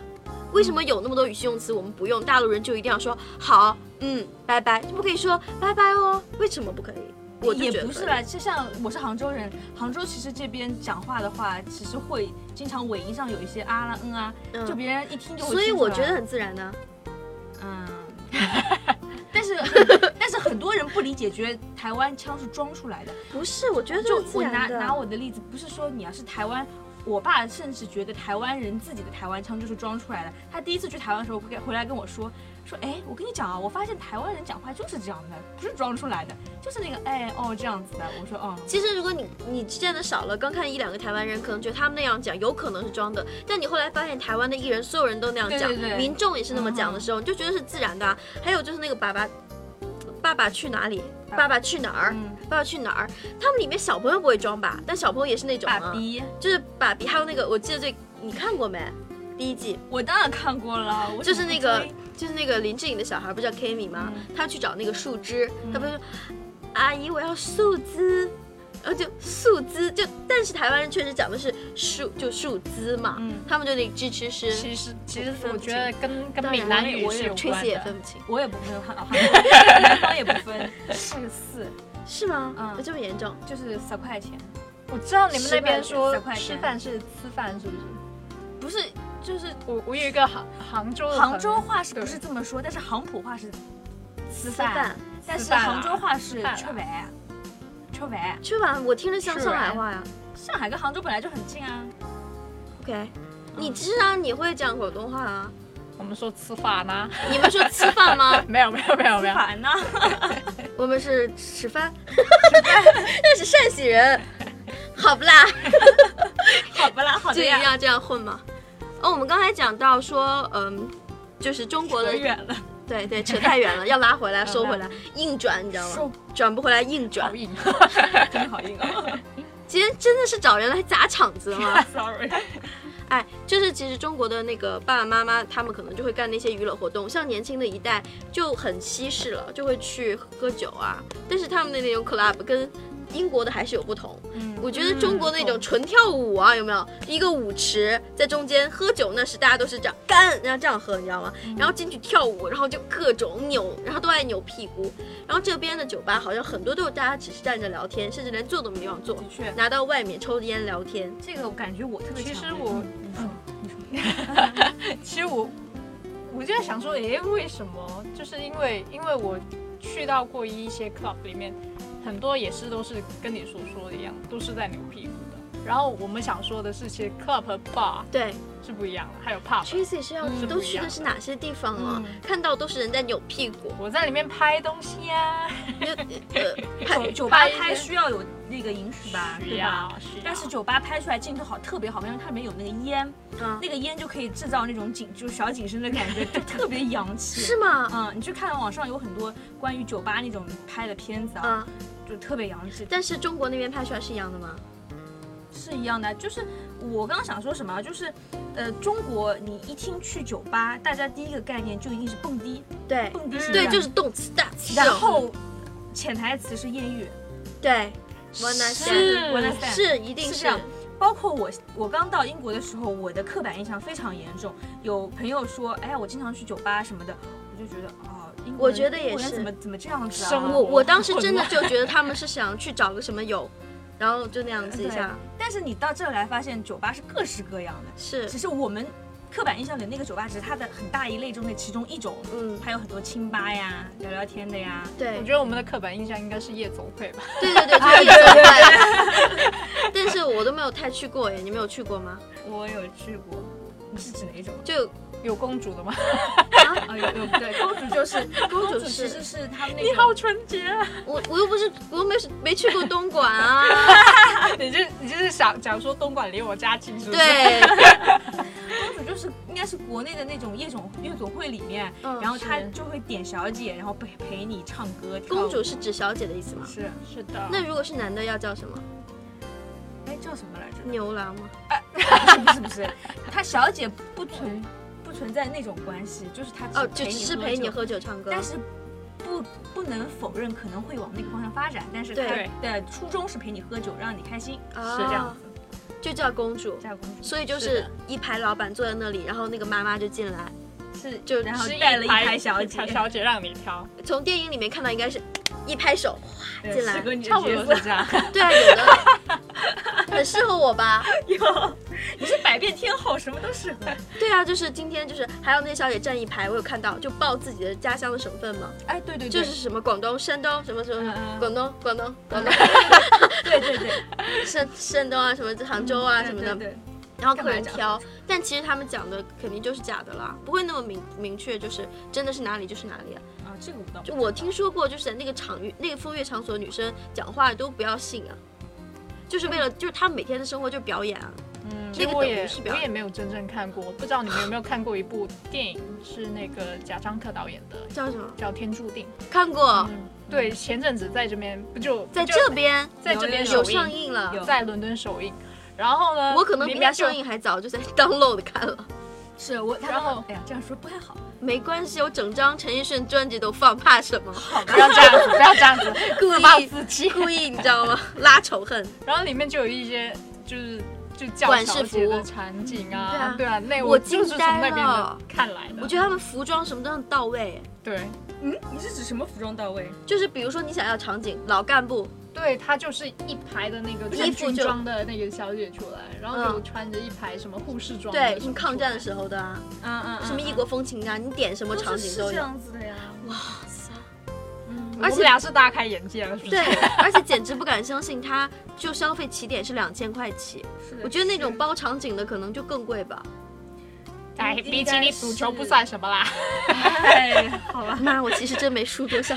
A: 为什么有那么多语气用词我们不用？大陆人就一定要说好，嗯，拜拜，就不可以说拜拜哦？为什么不可以？我就
B: 也
A: 觉得
B: 不是
A: 可以
B: 啦，就像我是杭州人，杭州其实这边讲话的话，其实会经常尾音上有一些啊啦嗯啊，
A: 嗯
B: 就别人一听就会
A: 所以
B: 听出
A: 我
B: 来
A: 觉得很自然啊呢、
B: 嗯，但是但是很多人不理解，觉得台湾腔是装出来的。
A: 不是，我觉得
B: 就
A: 很自
B: 我拿
A: 然的。
B: 拿我的例子，不是说你要是台湾。我爸甚至觉得台湾人自己的台湾腔就是装出来的。他第一次去台湾的时候，回回来跟我说，说，哎，我跟你讲啊，我发现台湾人讲话就是这样的，不是装出来的，就是那个哎哦这样子的。我说，哦，
A: 其实如果你你见的少了，刚看一两个台湾人，可能觉得他们那样讲有可能是装的，但你后来发现台湾的艺人所有人都那样讲，
B: 对对对嗯
A: 民众也是那么讲的时候，你就觉得是自然的、啊。还有就是那个爸爸，爸爸去哪里？
B: 爸
A: 爸爸去哪儿？
B: 嗯，
A: 爸爸去哪儿？他们里面小朋友不会装吧？但小朋友也是那种、啊，
B: 爸比，
A: 就是爸比，还有那个我记得最你看过没？第一季
B: 我当然看过了，我
A: 就是
B: 怎么
A: 那
B: 不
A: 个
B: 追
A: 就是那个林志颖的小孩不叫 k i m i 吗？
C: 嗯
A: 他去找那个树枝，他不是说、阿姨我要树枝，然后就树枝就，但是台湾人确实讲的是树就树枝嘛，
B: 嗯
A: 他们就那支支诗。
C: 其实其实
A: 分
C: 我
A: 不
C: 觉得跟跟
A: 当
C: 闽
A: 然
C: 南
A: 我
C: 语
A: 也我
C: 是
A: 也
C: 有关
A: Tracy 也
C: 的
A: 分。不清，
B: 我也不分，韩韩国南方也不分，是个四，
A: 是吗？
B: 嗯
A: 有这么严重？
B: 就是三块钱，
C: 我知道你们那边说
B: 10块钱
C: 吃饭是吃饭，是不是？
B: 不是就是
C: 我我有一个杭杭州的
B: 杭州
C: 朋友
B: 话是不
C: 对
B: 是这么说？但是杭普话是吃
A: 吃饭
B: 饭，但
C: 吃
B: 是
C: 饭啊
B: 杭州话是
C: 吃饭啊
B: 吃饭，吃饭。
A: 吃完我听着像
C: 吃
A: 上海
C: 完
A: 话呀。
B: 上海跟杭州本来就很近啊，嗯
A: OK，你知道你会讲广东话啊？
C: 我们说吃饭呢，
A: 你们说吃饭 吗？
C: 没有没有没有没有，
B: 烦呢。
A: 我们是吃饭， 那是陕西人，好不啦？
B: 好不啦，好
A: 就
B: 的
A: 一定
B: 呀。
A: 要这样混嘛。哦，我们刚才讲到说，嗯，就是中国的
B: 扯，远了，
A: 对对，扯太 远了，要拉回来，收回来，硬转，你知道吗
B: 收？
A: 转不回来，硬转
C: 好。 硬。
B: 真好硬啊。
A: 今天真的是找人来砸场子吗？
B: Sorry，
A: 哎，就是其实中国的那个爸爸妈妈，他们可能就会干那些娱乐活动，像年轻的一代就很西式了，就会去喝酒啊。但是他们的那种 club 跟英国的还是有不同。我觉得中国那种纯跳舞啊，有没有一个舞池在中间喝酒那是大家都是这样干，然后这样喝，你知道吗？然后进去跳舞，然后就各种扭，然后都爱扭屁股。然后这边的酒吧好像很多都是大家只是站着聊天，甚至连坐都没地方坐
B: 的，确，
A: 拿到外面抽着烟聊天。
B: 这个我感觉我特别
C: 其
B: 强烈。嗯
C: 实我
B: 你说，你说，
C: 其实我我就在想说，诶，为什么？就是因为因为我去到过一些 club 里面，很多也是都是跟你所说的一样，都是在扭屁股的。然后我们想说的是，其实 club 和 bar
A: 对
C: 是不一样的，还有 pub。
A: ，Tracy 是要
C: 嗯
A: 都去的是哪些地方啊？
C: 嗯
A: 看到都是人在扭屁 股，
C: 我在里面拍东西啊呀、
A: 就呃，
B: 酒
A: 拍
B: 酒吧
C: 拍一些
B: 拍需要有那个允许吧，
C: 需
B: 对
C: 要
B: 吧？
C: 需要。
B: 但是酒吧拍出来镜头好特别好看，因为它里面有那个烟，
A: 嗯，
B: 那个烟就可以制造那种紧就是小紧身的感觉，就特别洋气。
A: 是吗？
B: 嗯，你去看网上有很多关于酒吧那种拍的片子啊，
A: 啊，
B: 就特别洋气，
A: 但是中国那边拍出来是一样的吗？
B: 是一样的。就是我刚刚想说什么啊，就是，呃，中国你一听去酒吧，大家第一个概念就一定是蹦迪，
A: 对，
B: 蹦迪是
A: 对，
B: 吧
A: 就是动词大词
B: 然后潜台词是艳遇，
A: 对，我男生
B: 我的天
A: 是一定
B: 是
A: 是
B: 这样包括我，我刚到英国的时候，我的刻板印象非常严重。有朋友说，哎呀，我经常去酒吧什么的，我就觉得啊，英国
A: 我
B: 人
A: 觉得也
B: 英国人
A: 是
B: 怎么怎么这样子啊？
C: 生
A: 我我当时真的就觉得他们是想去找个什么友，然后就那样子一下，
B: 但是你到这儿来发现，酒吧是各式各样的，
A: 是
B: 只是我们刻板印象里那个酒吧只是它的很大一类中的其中一种，
A: 嗯，
B: 还有很多清吧呀、聊聊天的呀。
A: 对
C: 我觉得我们的刻板印象应该是夜总会吧。
A: 对对
B: 啊
A: 对，就是夜总会。 但是我都没有太去过耶，你们有去过吗？
B: 我有去过，你是指哪 种？
A: 就
C: 有公主的吗？
B: 啊，有有对，公主就是 公
A: 主
B: 主，其
A: 是
B: 实是他们那个。
C: 你好纯洁、啊，
A: 我我又不是我没没去过东莞啊，
C: 你就你就是想讲说东莞离我家近，是不是？
A: 对，
B: 公主就是应该是国内的那种夜总夜总会里面，
A: 嗯
B: 然后她
C: 是
B: 就会点小姐，然后陪陪你唱歌。跳舞
A: 公主是指小姐的意思吗？
B: 是，
C: 是的。
A: 那如果是男的要叫什么？
B: 哎叫什么来着？
A: 牛郎吗？
B: 不是不是，她小姐不存不存在那种关系，就是她
A: 哦，
B: 只
A: 就只是
B: 喝
A: 陪你
B: 酒，
A: 喝酒唱歌。
B: 但是不不能否认可能会往那个方向发展，但是她
A: 对
B: 的初衷是陪你喝酒，让你开心，
A: 啊
B: 是这样子。
A: 就叫公主，
B: 叫公主
A: 所以就是一排老板坐在那里，然后那个妈妈就进来。
B: 是
A: 就
B: 然后
C: 是
B: 带了一排小
C: 一
B: 姐
C: 排，小姐让你挑，
A: 从电影里面看到应该是一拍 手，
B: 对
A: 进来
B: 是个你的
C: 差不
B: 角
C: 多
B: 色
C: 是这 样。
A: 对啊，有的很适合我吧？
B: 有， 你是百变天后，什么都适合。
A: 对啊，就是今天就是还有那些小姐站一排，我有看到，就报自己的家乡的省份嘛，
B: 哎，对对对，
A: 就是什么广东、山东什么什么
B: 嗯嗯，
A: 广东、广 东、广东、
B: 对对对， 嗯
A: 山山东啊，什么杭州啊什么
B: 对
A: 的，
B: 对对
A: 然后客人
B: 干嘛
A: 挑，但其实他们讲的肯定就是假的啦，不会那么明明确，就是真的是哪里就是哪里啊。
B: 啊，这个我倒不
A: 就我听说过，就是在那个场域、那个风月场所，女生讲话都不要信啊，就是为了，
B: 嗯
A: 就是她每天的生活就表演啊。
C: 嗯，
A: 那个
C: 我
A: 等于
C: 也
A: 是表
C: 我
A: 演
C: 也没有真正看过，不知道你们有没有看过一部电影，是那个贾樟柯导演的，
A: 叫什么？
C: 叫《天注定》。
A: 看过，
C: 嗯，对，前阵子在这边不就
A: 哦在
C: 就
A: 这边
C: 在这边
A: 有
C: 首
A: 上
C: 映，
A: 映了。
B: 有
C: 在伦敦首映。然后呢，
A: 我可能
C: 里
A: 比它
C: 面就
A: 上映还早，就在 download 看了。
B: 是我，他
C: 然后
B: 哎呀，这样说不太好，
A: 没关系，我整张陈奕迅专辑都放，怕什么？
B: 好吧
C: 不？要这样子，不要这样子，
A: 故
C: 自暴
A: 意
C: 自弃。
A: 故意，你知道吗？拉仇恨。
C: 然后里面就有一些就是就叫
A: 管
C: 小
A: 制
C: 姐的
A: 服
C: 场景
A: 对
C: 啊
A: 啊，
C: 对啊，那
A: 我
C: 我
A: 惊
C: 就是从
A: 呆
C: 那边的
A: 了
C: 看来的。
A: 我觉得他们服装什么都很到位，
C: 对
B: 嗯，你是指什么服装到位？
A: 就是比如说你想要场景，老干部，
C: 对，她就是一排的那个
A: 衣
C: 穿
A: 服
C: 军
A: 就
C: 装的那个小姐出来，然后就
A: 嗯
C: 穿着一排什么护士装的什
A: 对，
C: 么出
A: 你
C: 来，
A: 抗战的时候的啊，
B: 嗯嗯，
A: 什么异国风情啊，你点什么
B: 都
A: 场
B: 是
A: 景
B: 是
A: 都
B: 这
A: 有。
B: 样子的呀？
A: 哇塞！
B: 嗯，
C: 而且俩是大开眼界了，是不是？
A: 对，而且简直不敢相信，它就消费起点是两千块起，
B: 是的
A: 我觉得那种
B: 是
A: 包场景的可能就更贵吧。
C: 哎，
B: 应
C: 比起
B: 该
C: 你足球不
B: 是
C: 算什么啦。
B: 哎，好吧，
A: 妈，我其实真没输多少。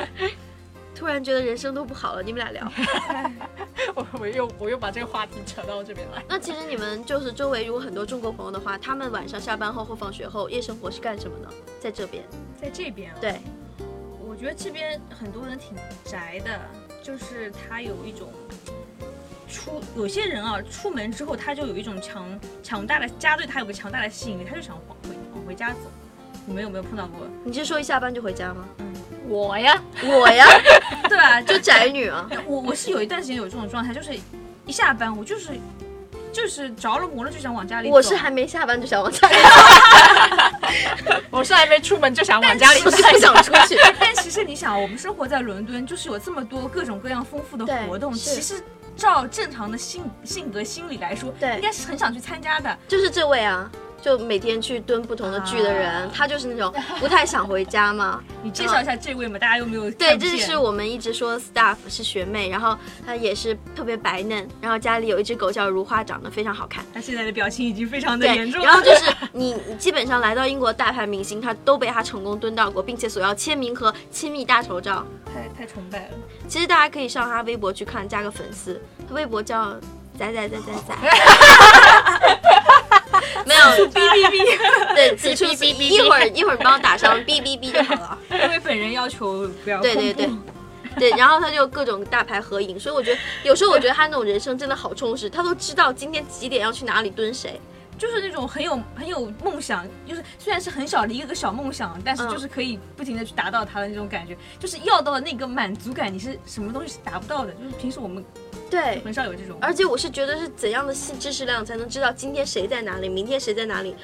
A: 突然觉得人生都不好了，你们俩聊。
C: 我我又我又把这个话题扯到这边来。
A: 那其实你们就是周围如果很多中国朋友的话，他们晚上下班后或放学后夜生活是干什么呢？在这边，
B: 在这边啊，
A: 对，
B: 我觉得这边很多人挺宅的，就是他有一种。出有些人啊，出门之后他就有一种强强大的家对他有个强大的吸引力，他就想往回往回家走。你们有没有碰到过？
A: 你是说一下班就回家吗？
C: 我呀，
A: 我呀，
B: 对吧？就
A: 就宅女啊。
B: 我我是有一段时间有这种状态，就是一下班我就是就是着了魔了，就想往家里走。
A: 我是还 没下班就想往 家里，
C: 我是还没出门就想往家里
A: 不是不想出去。
B: 但其实你想，我们生活在伦敦，就是有这么多各种各样丰富的
A: 对
B: 活动，
A: 是
B: 其实照正常的性性格心理来说，
A: 对
B: 应该是很想去参加的。
A: 就是这位啊，就每天去蹲不同的剧的人，
B: 啊
A: 他就是那种不太想回家嘛。
B: 你介绍一下这位嘛，大家又没有
A: 对，
B: 看
A: 这
B: 见
A: 是我们一直说 staff 是学妹，然后她也是特别白嫩，然后家里有一只狗叫如花，长得非常好看。
B: 他现在的表情已经非常的
A: 对
B: 严，重了，
A: 然后就是你你基本上来到英国大牌明星，他都被他成功蹲到过，并且索要签名和亲密大头照。
C: 太太崇拜了。
A: 其实大家可以上他微博去看，加个粉丝，他微博叫仔仔仔仔仔。没有，
B: 哔哔 哔，
A: 对，此处
C: 哔哔哔
A: 一会儿一会儿帮我打上哔哔哔就好了。
B: 因为本人要求不要
A: 对对对
B: 碰碰，
A: 对，然后他就各种大牌合影，所以我觉得有时候我觉得他那种人生真的好充实，他都知道今天几点要去哪里蹲谁。
B: 就是那种很有很有梦想，就是虽然是很小的一个个小梦想，但是
A: 嗯
B: 就是可以不停的去达到它的那种感觉，就是要到的那个满足感，你是什么东西是达不到的，就是平时我们
A: 对，
B: 很少有这种。
A: 而且我是觉得是怎样的信知识量才能知道今天谁在哪里，明天谁在哪里，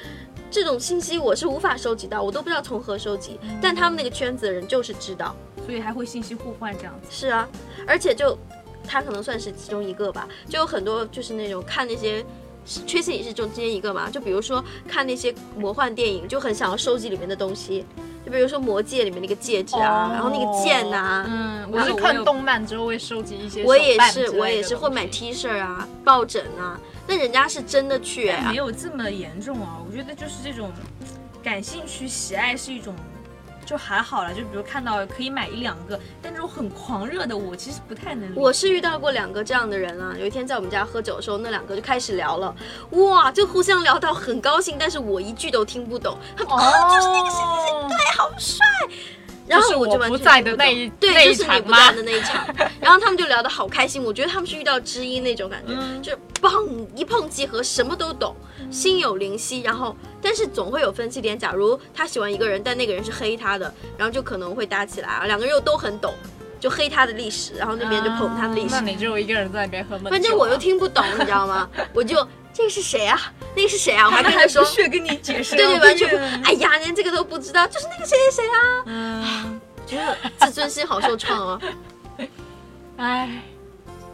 A: 这种信息我是无法收集到，我都不知道从何收集。
C: 嗯
A: 但他们那个圈子的人就是知道，
B: 所以还会信息互换这样子。
A: 是啊，而且就他可能算是其中一个吧，就有很多就是那种看那些。是缺陷也是中间一个嘛，就比如说看那些魔幻电影，就很想要收集里面的东西，就比如说《魔戒》里面那个戒指啊，
C: 哦
A: 然后那个剑呐、
B: 嗯，
C: 我
B: 有
C: 是
B: 有
C: 看动漫之后会收集一些手
A: 我也
C: 办之类
A: 是，
C: 的
A: 我也是会买
C: 东西
A: T 恤啊、抱枕啊，那人家是真的去哎、
B: 没有这么严重啊。我觉得就是这种感兴趣、喜爱是一种，就还好了。就比如看到可以买一两个，但这种很狂热的，我其实不太能理解。
A: 我是遇到过两个这样的人啊，有一天在我们家喝酒的时候，那两个就开始聊了，哇，就互相聊到很高兴，但是我一句都听不懂，他们、啊就是那个谁
C: 哦，
A: 然后
C: 就是
A: 就
C: 我
A: 完全
C: 不在的
A: 听懂
C: 那一那
A: 对，
C: 一
A: 就是你
C: 场
A: 不
C: 吗
A: 在的那一场，然后他们就聊得好开心，我觉得他们是遇到知音那种感觉，
C: 嗯
A: 就是棒一碰即合，什么都懂，心有灵犀，然后但是总会有分歧点，假如他喜欢一个人，但那个人是黑他的，然后就可能会搭起来啊，两个人又都很懂，就黑他的历史，然后那边就捧他的历史
C: 啊那，你就一个人在那边喝闷酒啊。
A: 反正我又听不 懂，你知道吗？我就这个是谁啊？那个是 谁啊？我还跟他说
B: 不，屑跟你解释，啊
A: 对对，完全不
B: 我感觉，
A: 哎呀，连这个都不知道，就是那个谁谁谁啊，
B: 嗯，
A: 觉得 自尊心好受创哦。
C: 哎，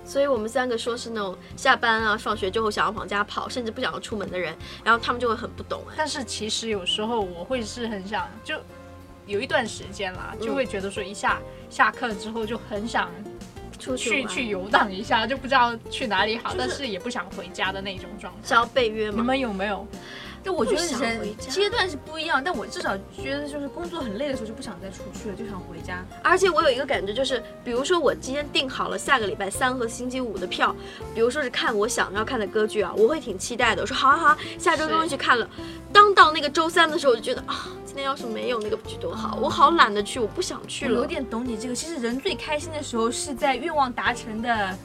A: 所以我们三个说是那种下班啊、放学就会想要往家跑，甚至不想要出门的人，然后他们就会很不懂哎。
C: 但是其实有时候我会是很想，就有一段时间啦，就会觉得说一下下课之后就很想
A: 出
C: 去
A: 玩
C: 去游荡一下，就不知道去哪里好，
A: 就是
C: 但是也不想回家的那种状态。
A: 是要被约
C: 你
A: 吗？
C: 们有没有？
B: 但我觉
A: 不想
B: 得
A: 回
B: 人
A: 家
B: 阶段是不一样，但我至少觉得就是工作很累的时候就不想再出去了，就想回家。
A: 而且我有一个感觉，就是比如说我今天订好了下个礼拜三和星期五的票，比如说是看我想要看的歌剧啊，我会挺期待的。我说好啊好啊，下周终于去看了。当到那个周三的时候，我就觉得啊，今天要是没有那个剧多好，我好懒得去，我不想去
B: 我有
A: 了。
B: 点懂你这个。其实人最开心的时候是在愿望达成的，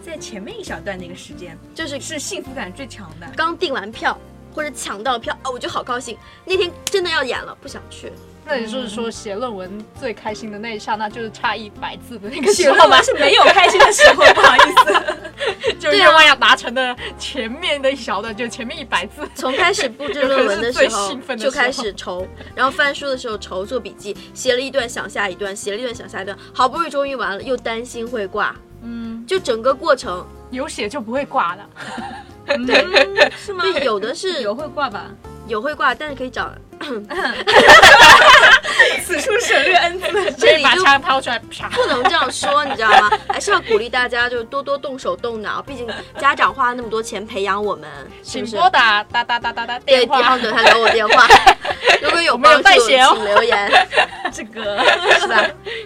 B: 在前面一小段那个时间，
A: 就是
B: 是幸福感最强的。
A: 刚订完票或者抢到票啊，我就好高兴。那天真的要演了，不想去。
C: 那也就是说，写论文最开心的那一刹那，就是差一百字的那 个
B: 写
C: 时
B: 论
C: 候吧
B: 文，是没有开心的时候，不好意思。
C: 就
B: 啊
C: 愿望要达成的前面的一小段，就前面一百字。
A: 从开始布置论 文的时
C: 有可能是最
A: 候
C: 兴奋的
A: 就
C: 时候
A: 开始愁，然后翻书的时候愁，做笔记，写了一段想下一段，写了一段想下一段，好不容易终于完了，又担心会挂，
B: 嗯，
A: 就整个过程，
C: 有写就不会挂了。
B: 对，嗯是吗？
A: 对，有的 是
B: 有会挂吧？
A: 有会挂，但是可以找
B: 此处省略 n 字。
A: 这里
C: 把
A: 就
C: 枪掏出来，啪！
A: 不能这样说，你知道吗？ 还是要鼓励大家就是多多动手动脑，毕竟家长花了那么多钱培养我们，是
C: 请
A: 不是？
C: 拨打哒哒哒哒哒
A: 对，
C: 电
A: 然后
C: 话。
A: 等他留我电话，如果有
C: 我没有
A: 帮助
C: 带鞋哦
A: 请留言，
B: 这个，
A: 是 吧？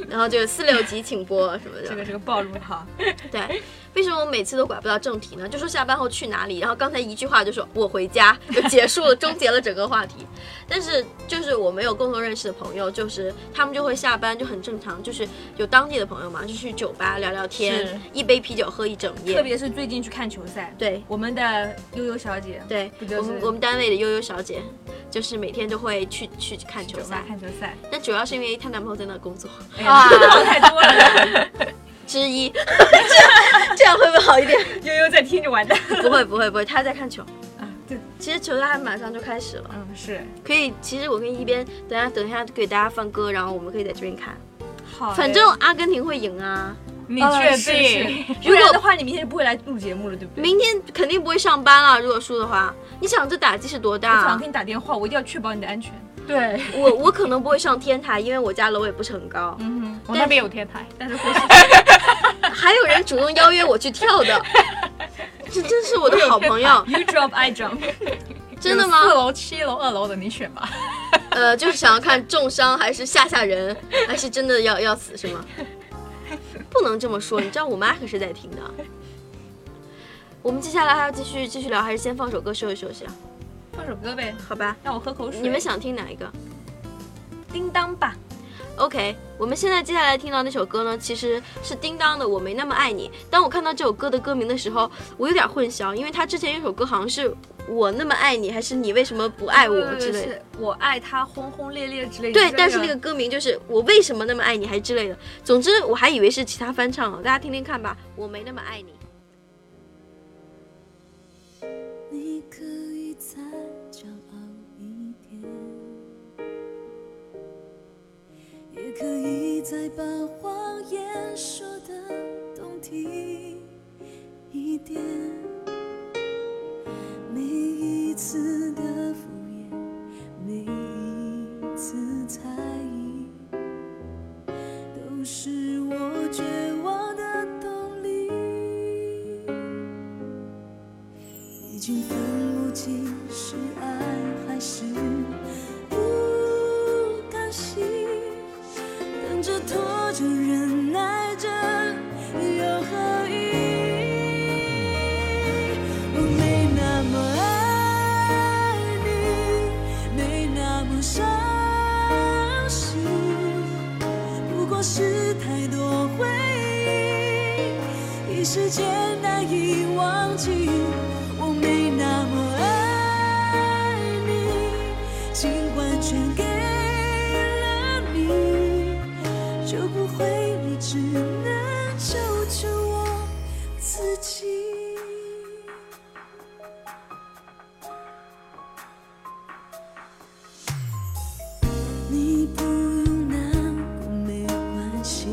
A: 然后就是四六级请拨什么的
B: 这。个是个暴露哈。
A: 对，为什么我每次都拐不到正题呢？就说下班后去哪里，然后刚才一句话就说我回家，就结束了，终结了整个话题。 但是就是我们有共同认识的朋友，就是他们就会下班就很正常，就是有当地的朋友嘛，就去酒吧聊聊
C: 是
A: 天，一杯啤酒喝一整夜。
B: 特别是最近去看球赛，
A: 对
B: 我们的悠悠小姐，
A: 对
B: 不就，
A: 我
B: 是
A: 们我们单位的悠悠小姐，就是每天都会去去看球
B: 酒吧
A: 赛，
B: 看球赛，
A: 那主要是因为她男朋友在那工作
B: 哎呀，太多了。
A: 之一， 这样会不会好一点？
B: 悠悠在听就完蛋。
A: 不会不会不会，她在看球。
B: 啊，对，
A: 其实球赛还马上就开始了。
B: 嗯，是
A: 可以，其实我可以一边等一下等一下给大家放歌，然后我们可以在这边看。
B: 好。
A: 反正阿根廷会赢啊，
C: 你
B: 嗯
C: 确
B: 是
C: 定？
B: 是不然的话，你明天就不会来录节目了，对不对？
A: 明天肯定不会上班啊了。如果输的话，你想这打击是多大
B: 我早上
A: 啊
B: 给？你打电话，我一定要确保你的安全。
C: 对，
A: 我我可能不会上天台，因为我家楼也不是很高。
B: 嗯哼，
C: 我那边有天台，
B: 但是 会是，
A: 还有人主动邀约我去跳的，这真是我的好朋友
B: you drop I jump，
A: 真的
C: 有四
A: 吗？
C: 楼、七楼、二楼的你选吧。
A: 呃，就是想要看重伤还是吓吓人，还是真的要要死是吗？不能这么说，你知道我妈可是在听的。我们接下来还要继续继续聊，还是先放首歌休息休息啊？
B: 放首歌呗，
A: 好吧，
B: 让我喝口水。
A: 你们想听哪一个？
B: 叮当吧？
A: OK，我们现在接下来听到那首歌呢，其实是叮当的《我没那么爱你》。当我看到这首歌的歌名的时候，我有点混淆，因为他之前有一首歌好像是我那么爱你，还是你为什么不爱我之类的。
B: 是我爱他轰轰烈烈之类的。
A: 对，
B: 这
A: 但是那个歌名就是我为什么那么爱你，还之类的。总之，我还以为是其他翻唱了，大家听听看吧。我没那么爱你。
F: 你可以再骄傲一点，也可以再把谎言说得动听一点。每一次的敷衍，每一次猜疑，都是我绝望的动力。已经分不清是爱还是不甘心，等着拖着忍耐着又何以？我没那么爱你，没那么伤心，不过是太多回忆，一时间难以忘记。我没那么爱你，尽管全给了你，就不会，你只能救救我自己。你不用难过，没关系。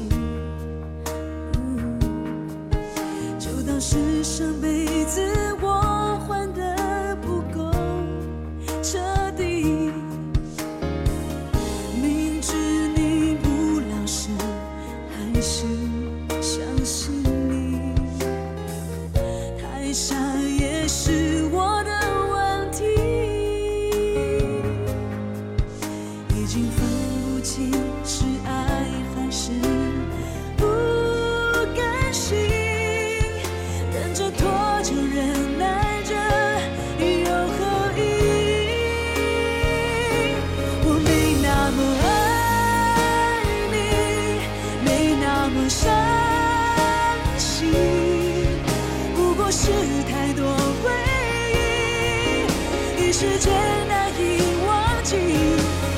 F: 就当是上辈子我还的不够彻底，明知你不老实，还是相信你。太傻也是我的问题，已经分不清是爱还是不甘心，等着拖着忍耐着又何以？我没那么爱你，没那么伤心，不过是太多回忆，一时间难以忘记。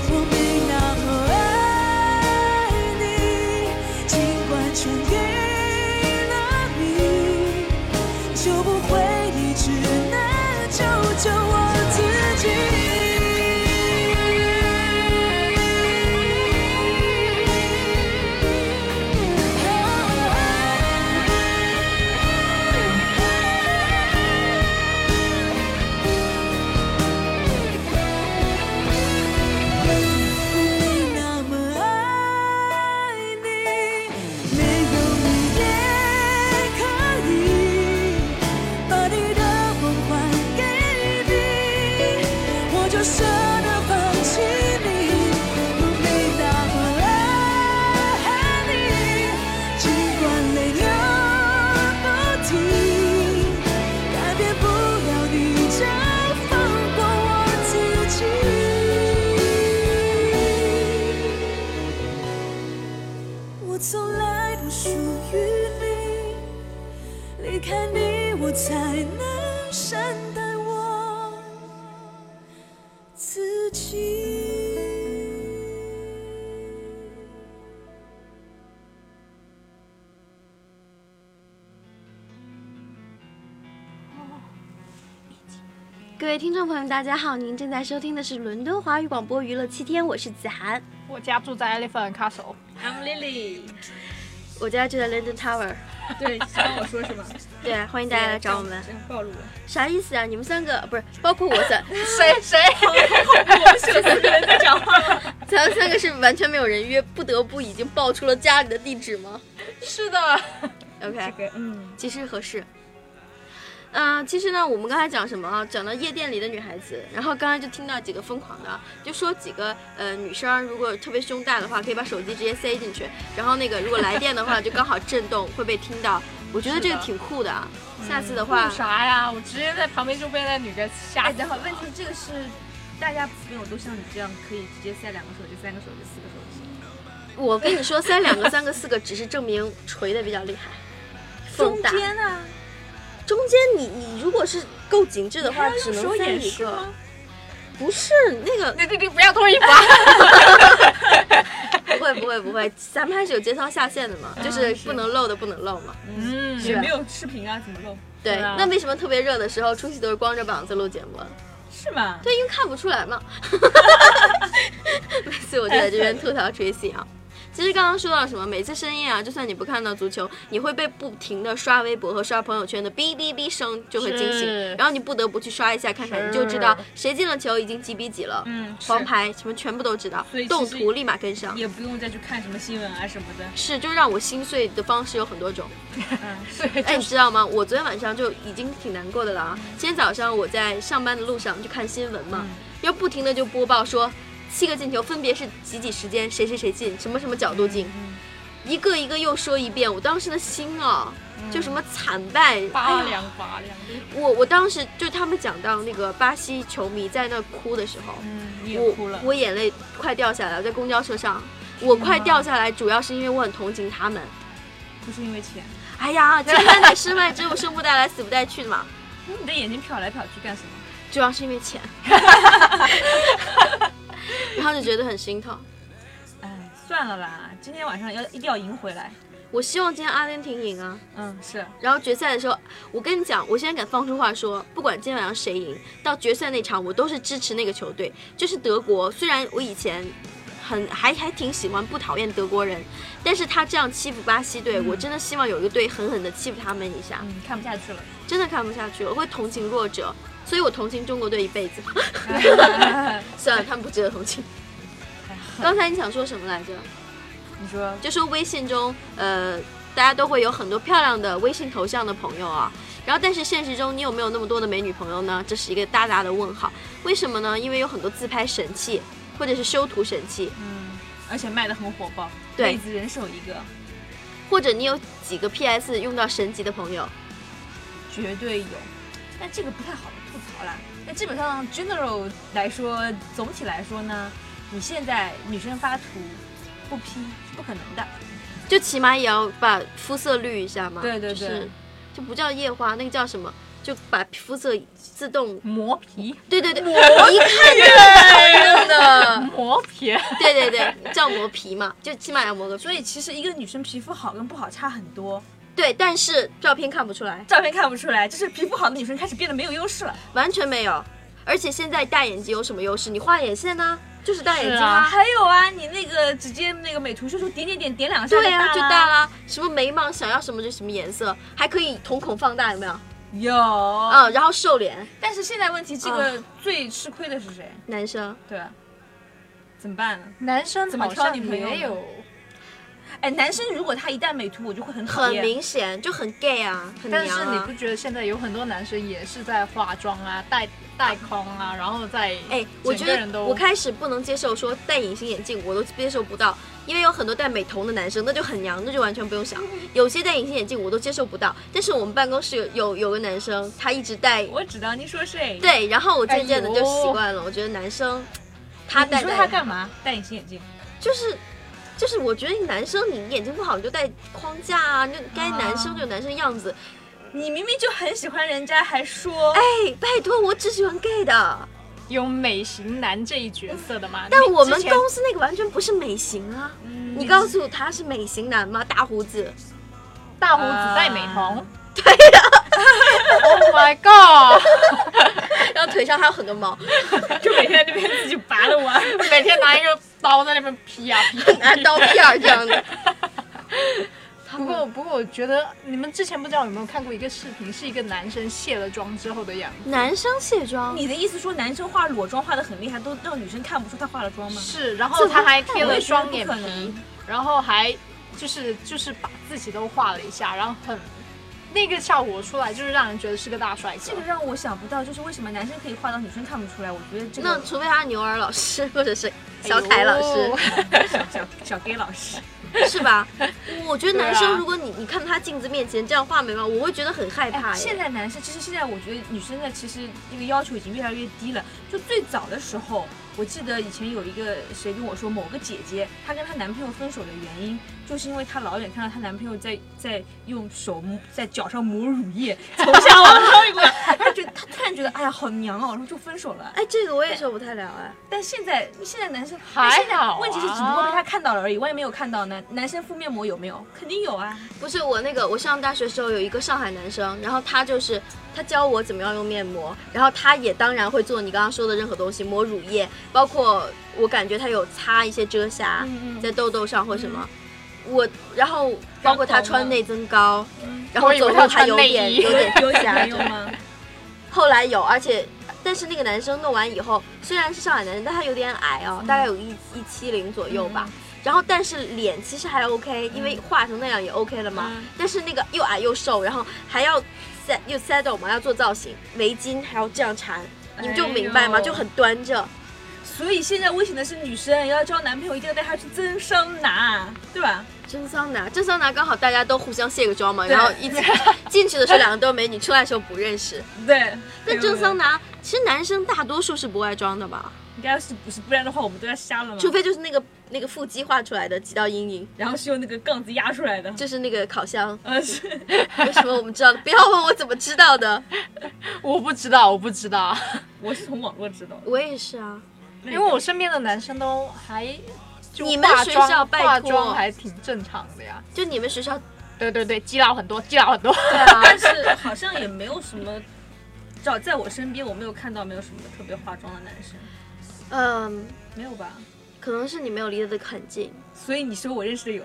F: 我没那么爱你，尽管全给了你，就不会，你只能救救我自己。没那么爱你，没有你也可以把你的梦还给你，我就舍得放弃你。我没那么爱你，尽管泪流不停，改变不了你就放过我自己。我从来不属于你，离开你我才能善待我自己。
E: 各位听众朋友们，大家好，您正在收听的是伦敦华语广播娱乐七天，我是子涵。
C: 我家住在 Elephant Castle，
B: I'm Lily，
A: 我家就在 London Tower。
B: 对，希望我说什么？
A: 对啊，欢迎大家来 找我们。
B: 这样暴露了。
A: 啥意思啊？你们三个不是，包括我 三，
C: 谁 谁？
B: 我们选四个人在讲话了。
A: 咱们三个是完全没有人约，不得不已经报出了家里的地址吗
C: 是的，
A: ？OK，
B: 这个，嗯，
A: 其实合适。嗯、其实呢，我们刚才讲什么啊？讲到夜店里的女孩子，然后刚才就听到几个疯狂的，啊就说几个呃女生如果特别胸大的话，可以把手机直接塞进去，然后那个如果来电的 话，就刚好震动会被听到。我觉得
C: 是
A: 这个
C: 的
A: 挺酷的啊，
B: 嗯
A: 下次的话
C: 酷，啥呀？我直接在旁边就被那女的吓
B: 哎，
C: 死
B: 等
C: 了
B: 会儿。问题这个是大家没有都像你这样可以直接塞两个手机、三个手机、四个手机。
A: 我跟你说，塞两个、三个、四个，只是证明锤的比较厉害，风大。
B: 间啊呢？
A: 中间你你如果是够紧致的话，只能塞一个。不是那个，
C: 对对对，不要脱衣服啊！
A: 不会不会不会，咱们还是有节操下限的嘛，就是不能漏的不能漏嘛。
C: 嗯，
B: 也没有视频啊，怎么弄？
A: 对，
C: 对啊
A: 那为什么特别热的时候，出去都是光着膀子录节目？啊
B: 是吗？
A: 对，因为看不出来嘛。 每次我就在这边吐槽 Tracy 啊。其实刚刚说到什么，每次深夜啊，就算你不看到足球，你会被不停的刷微博和刷朋友圈的哔哔哔声就会惊
C: 是
A: 醒，然后你不得不去刷一下看看，
C: 是
A: 你就知道谁进了球已经几比几了，
B: 嗯，
A: 黄牌什么全部都知道
B: 所以，其
A: 动
B: 实
A: 图立马跟上。
B: 也不用再去看什么新闻啊什么的。
A: 是，就让我心碎的方式有很多 种。
C: 对，
A: 哎，你知道吗？我昨天晚上就已经挺难过的了啊。今天早上我在上班的路上就看新闻
B: 嗯
A: 嘛，要不停的就播报说七个进球分别是几几时间，谁谁谁进，什么什么角度进，
B: 嗯
A: 一个一个又说一遍。我当时的心啊，
B: 嗯
A: 就什么惨败，
C: 拔
A: 哎呀
C: 凉拔凉。
A: 我我当时就他们讲到那个巴西球迷在那哭的时候，
B: 嗯，你
A: 我
B: 也哭了。
A: 我眼泪快掉下来了，在公交车上，我快掉下来，主要是因为我很同情他们。
B: 不是因为钱，
A: 哎呀，千帆在身外之物，生不带来，死不带去的嘛，
B: 你的眼睛瞟来瞟去干什么？
A: 主要是因为钱，然后就觉得很心疼。
B: 哎，算了啦，今天晚上要一定要赢回来。
A: 我希望今天阿根廷赢啊，
B: 嗯，是
A: 然后决赛的时候，我跟你讲，我现在敢放出话说，不管今天晚上谁赢，到决赛那场我都是支持那个球队，就是德国。虽然我以前很还还挺喜欢，不讨厌德国人，但是他这样欺负巴西队，我真的希望有一个队狠狠的欺负他们一下，
B: 嗯，看不下去了。
A: 真的看不下去了，我会同情弱者，所以我同情中国队一辈子。算了，他们不值得同情。刚才你想说什么来着？
B: 你说
A: 就说微信中，呃，大家都会有很多漂亮的微信头像的朋友啊。然后，但是现实中你有没有那么多的美女朋友呢？这是一个大大的问号。为什么呢？因为有很多自拍神器，或者是修图神器，
B: 嗯，而且卖的很火爆，
A: 对
B: 妹子人手一个，
A: 或者你有几个 PS 用到神级的朋友。
B: 绝对有。但这个不太好吐槽啦。那基本上 general 来说，总体来说呢，你现在女生发图不 P 是不可能的。
A: 就起码也要把肤色绿一下嘛。
B: 对对
A: 就
B: 对
A: 是，就不叫夜花，那个叫什么？就把肤色自动，
B: 磨皮，
A: 对对对，我一看就是反正的，
C: 磨皮，
A: 对对对，叫磨皮嘛，就起码要磨个皮。
B: 所以其实一个女生皮肤好跟不好差很多，
A: 对，但是照片看不出来，
B: 照片看不出来，就是皮肤好的女生开始变得没有优势了。
A: 完全没有。而且现在大眼睛有什么优势？你画眼线呢、就是大眼睛
C: 是啊
B: 还有啊，你那个直接那个美图秀秀点点点点两下
A: 对啊呀、
B: 呀、
A: 就
B: 大
A: 大
B: 了。
A: 啦。什么眉毛想要什么就什么颜色，还可以瞳孔放大，有没有？
B: 有，
A: 嗯，然后瘦脸，
B: 但是现在问题，这个最吃亏的是谁？
A: 男生
B: 对吧？怎么办呢？
C: 男生
B: 怎么
C: 好
B: 挑
C: 像
B: 女朋友
C: 也
B: 呢
C: 有，
B: 哎，男生如果他一旦美图，我就会很讨
A: 很
B: 厌。
A: 明显就很 gay 啊，很
C: 但
A: 娘
C: 是你
A: 啊
C: 不。觉得现在有很多男生也是在化妆啊、戴戴框啊，然后再
A: 哎，我
C: 整
A: 觉
C: 个人
A: 得
C: 都
A: 我开始不能接受说戴隐形眼镜，我都接受不到，因为有很多戴美瞳的男生，那就很娘，那就完全不用想。有些戴隐形眼镜我都接受不到，但是我们办公室有有有个男生，他一直戴
B: 我知道你说谁。
A: 对，然后我
C: 哎
A: 渐渐的就
C: 呦
A: 习惯了。我觉得男生他
B: 你
A: 戴
B: 说
A: 戴
B: 他干嘛？戴隐形眼镜。
A: 就是就是，我觉得你男生你眼睛不好，你就戴框架啊，你就该男生就有男生样子。
B: 你明明就很喜欢人家，还说
A: 哎，拜托，我只喜欢 gay 的，
C: 有美型男这一角色的嘛。
A: 但
C: 你
A: 我
C: 之
A: 们
C: 前嗯
A: 公司那个完全不是美型啊。你告诉我他是美型男吗？大胡子，
C: 大胡子戴美瞳。
B: 啊
C: 对呀、Oh my god！
A: 然后腿上还有很多毛，
B: 就每天在那边自己拔着玩。
C: 每天拿一个刀在那边劈啊劈啊，
A: 拿刀片儿这样的，
C: 啊不过不过，我觉得你们之前不知道有没有看过一个视频，是一个男生卸了妆之后的样子。
A: 男生卸妆，
B: 你的意思说男生化裸妆化的很厉害，都让女生看不出他化了
A: 嗯
B: 妆吗？
C: 是，然后他还贴
B: 我
C: 了
B: 也觉得
C: 双
B: 不
C: 眼
B: 可
C: 皮
B: 能，
C: 然后还就是就是把自己都画了一下，然后很那个效果出来，就是让人觉得是个大帅哥
B: 这。个让我想不到，就是为什么男生可以化到女生看不出来？我觉得这个
A: 那除非他是牛儿老师或者是
C: 哎
A: 小凯老师，
B: 小小小 gay 老师，
A: 是吧？我觉得男
C: 对
A: 生
C: 啊
A: 如果你你看他镜子面前这样画眉毛，我会觉得很害怕
B: 哎，
A: 耶。
B: 现在男生其实现在我觉得女生的其实这个要求已经越来越低了。就最早的时候，我记得以前有一个谁跟我说，某个姐姐她跟她男朋友分手的原因，就是因为她老远看到她男朋友在在用手抹在脚上抹乳液，从下往上抹，她觉得她突然觉得哎呀好娘哦，然后就分手了。
A: 哎，这个我也受不太了哎。
B: 但现在现在男生
C: 还
B: 但现在
C: 好啊
B: 问题是只不过被他看到了而已，万一没有看到呢？男生敷面膜有没有？肯定有啊。
A: 不是我那个，我上大学时候有一个上海男生，然后他就是他教我怎么样用面膜，然后他也当然会做你刚刚说的任何东西，抹乳液，包括我感觉他有擦一些遮瑕，
C: 嗯
A: 在痘痘上或什么。我然后包括他穿内增高，然后
C: 嗯我以
A: 走
C: 为
A: 路他
C: 他穿
A: 有
C: 内
A: 点
C: 衣
A: 有 点遮瑕，
B: 有吗？
A: 后来有，而且但是那个男生弄完以后，虽然是上海男生，但他有点矮哦，
C: 嗯
A: 大概有一一七零左右吧。然后，但是脸其实还 OK，因为画成那样也 OK 了嘛。
C: 嗯
A: 但是那个又矮又瘦，然后还要 set 又 saddle 嘛，要做造型，围巾还要这样缠，你们就明白吗？
C: 哎呦
A: 就很端着。
B: 所以现在危险的是女生要交男朋友一定要带她去蒸桑拿，对吧？
A: 蒸桑拿，蒸桑拿刚好大家都互相卸个妆嘛，
B: 对
A: 然后一 起进去的时候两个都是美女，出来的时候不认识。
B: 对。
C: 哎
A: 但蒸桑
B: 拿
A: 拿，其实男生大多数是不外妆的吧，
B: 应该是不是？不然的话我们都要瞎了嘛。
A: 除非就是那个那个腹肌画出来的几道阴影。
B: 然后是用那个杠子压出来的。
A: 就是那个烤箱，
B: 呃是，
A: 为什么我们知道的？不要问我怎么知道的，
C: 我不知道，我不 知道，
B: 我是从网络知道的。
A: 我也是啊。
B: 因
C: 因为我身边的男生都还就
A: 你们
C: 化
A: 学
C: 妆
A: 校拜
C: 化
A: 托
C: 妆还挺正常的呀。
A: 就你们学校，啊
C: 对对对，基佬很多，基佬很多。
B: 但是好像也没有什么，找在我身边我没有看到没有什么特别化妆的男生，
A: 嗯，
B: 没有吧？
A: 可能是你没有离得很近。
B: 所以你说我认识的有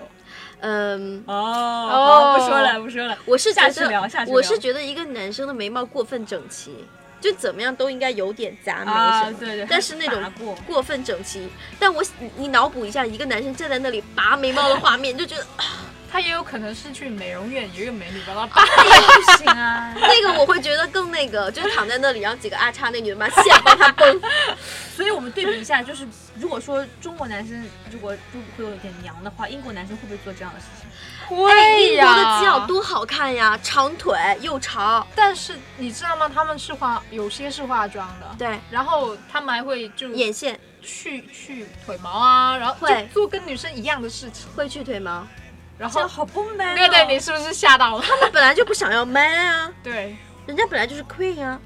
A: 嗯，
B: 哦，
C: 哦
B: 好不说了不 说了，
A: 我是觉
B: 下次聊下
A: 得，
B: 次聊
A: 我是觉得一个男生的眉毛过分整齐，就怎么样都应该有点杂眉
B: 啊
A: 什么的。
B: 对对
A: 但是那
B: 拔
A: 种
B: 过
A: 过分整齐，但我你你脑补一下一个男生站在那里拔眉毛的画面，就觉得啊
C: 他也有可能是去美容院，有一个美女把 他拔。
B: 不行啊，
A: 那个我会觉得更那个，就是躺在那里，然后几个阿叉那女的嘛，现帮他崩。
B: 所以我们对比一下，就是如果说中国男生如果就会有点娘的话，英国男生会不会做这样的事情？
C: 会
A: 英国哎的基佬多好看呀，长腿又长，
C: 但是你知道吗？他们是化，有些是化妆的，
A: 对，
C: 然后他们还会就
A: 眼线
C: 去去腿毛啊，然后
A: 会
C: 就做跟女生一样的事情，
A: 会去腿毛，
C: 然
B: 这
C: 后
B: 样好不 man 哦
C: 对对，你是不是吓到了？
A: 他本来就不想要 man 啊，
C: 对，
A: 人家本来就是 queen 啊，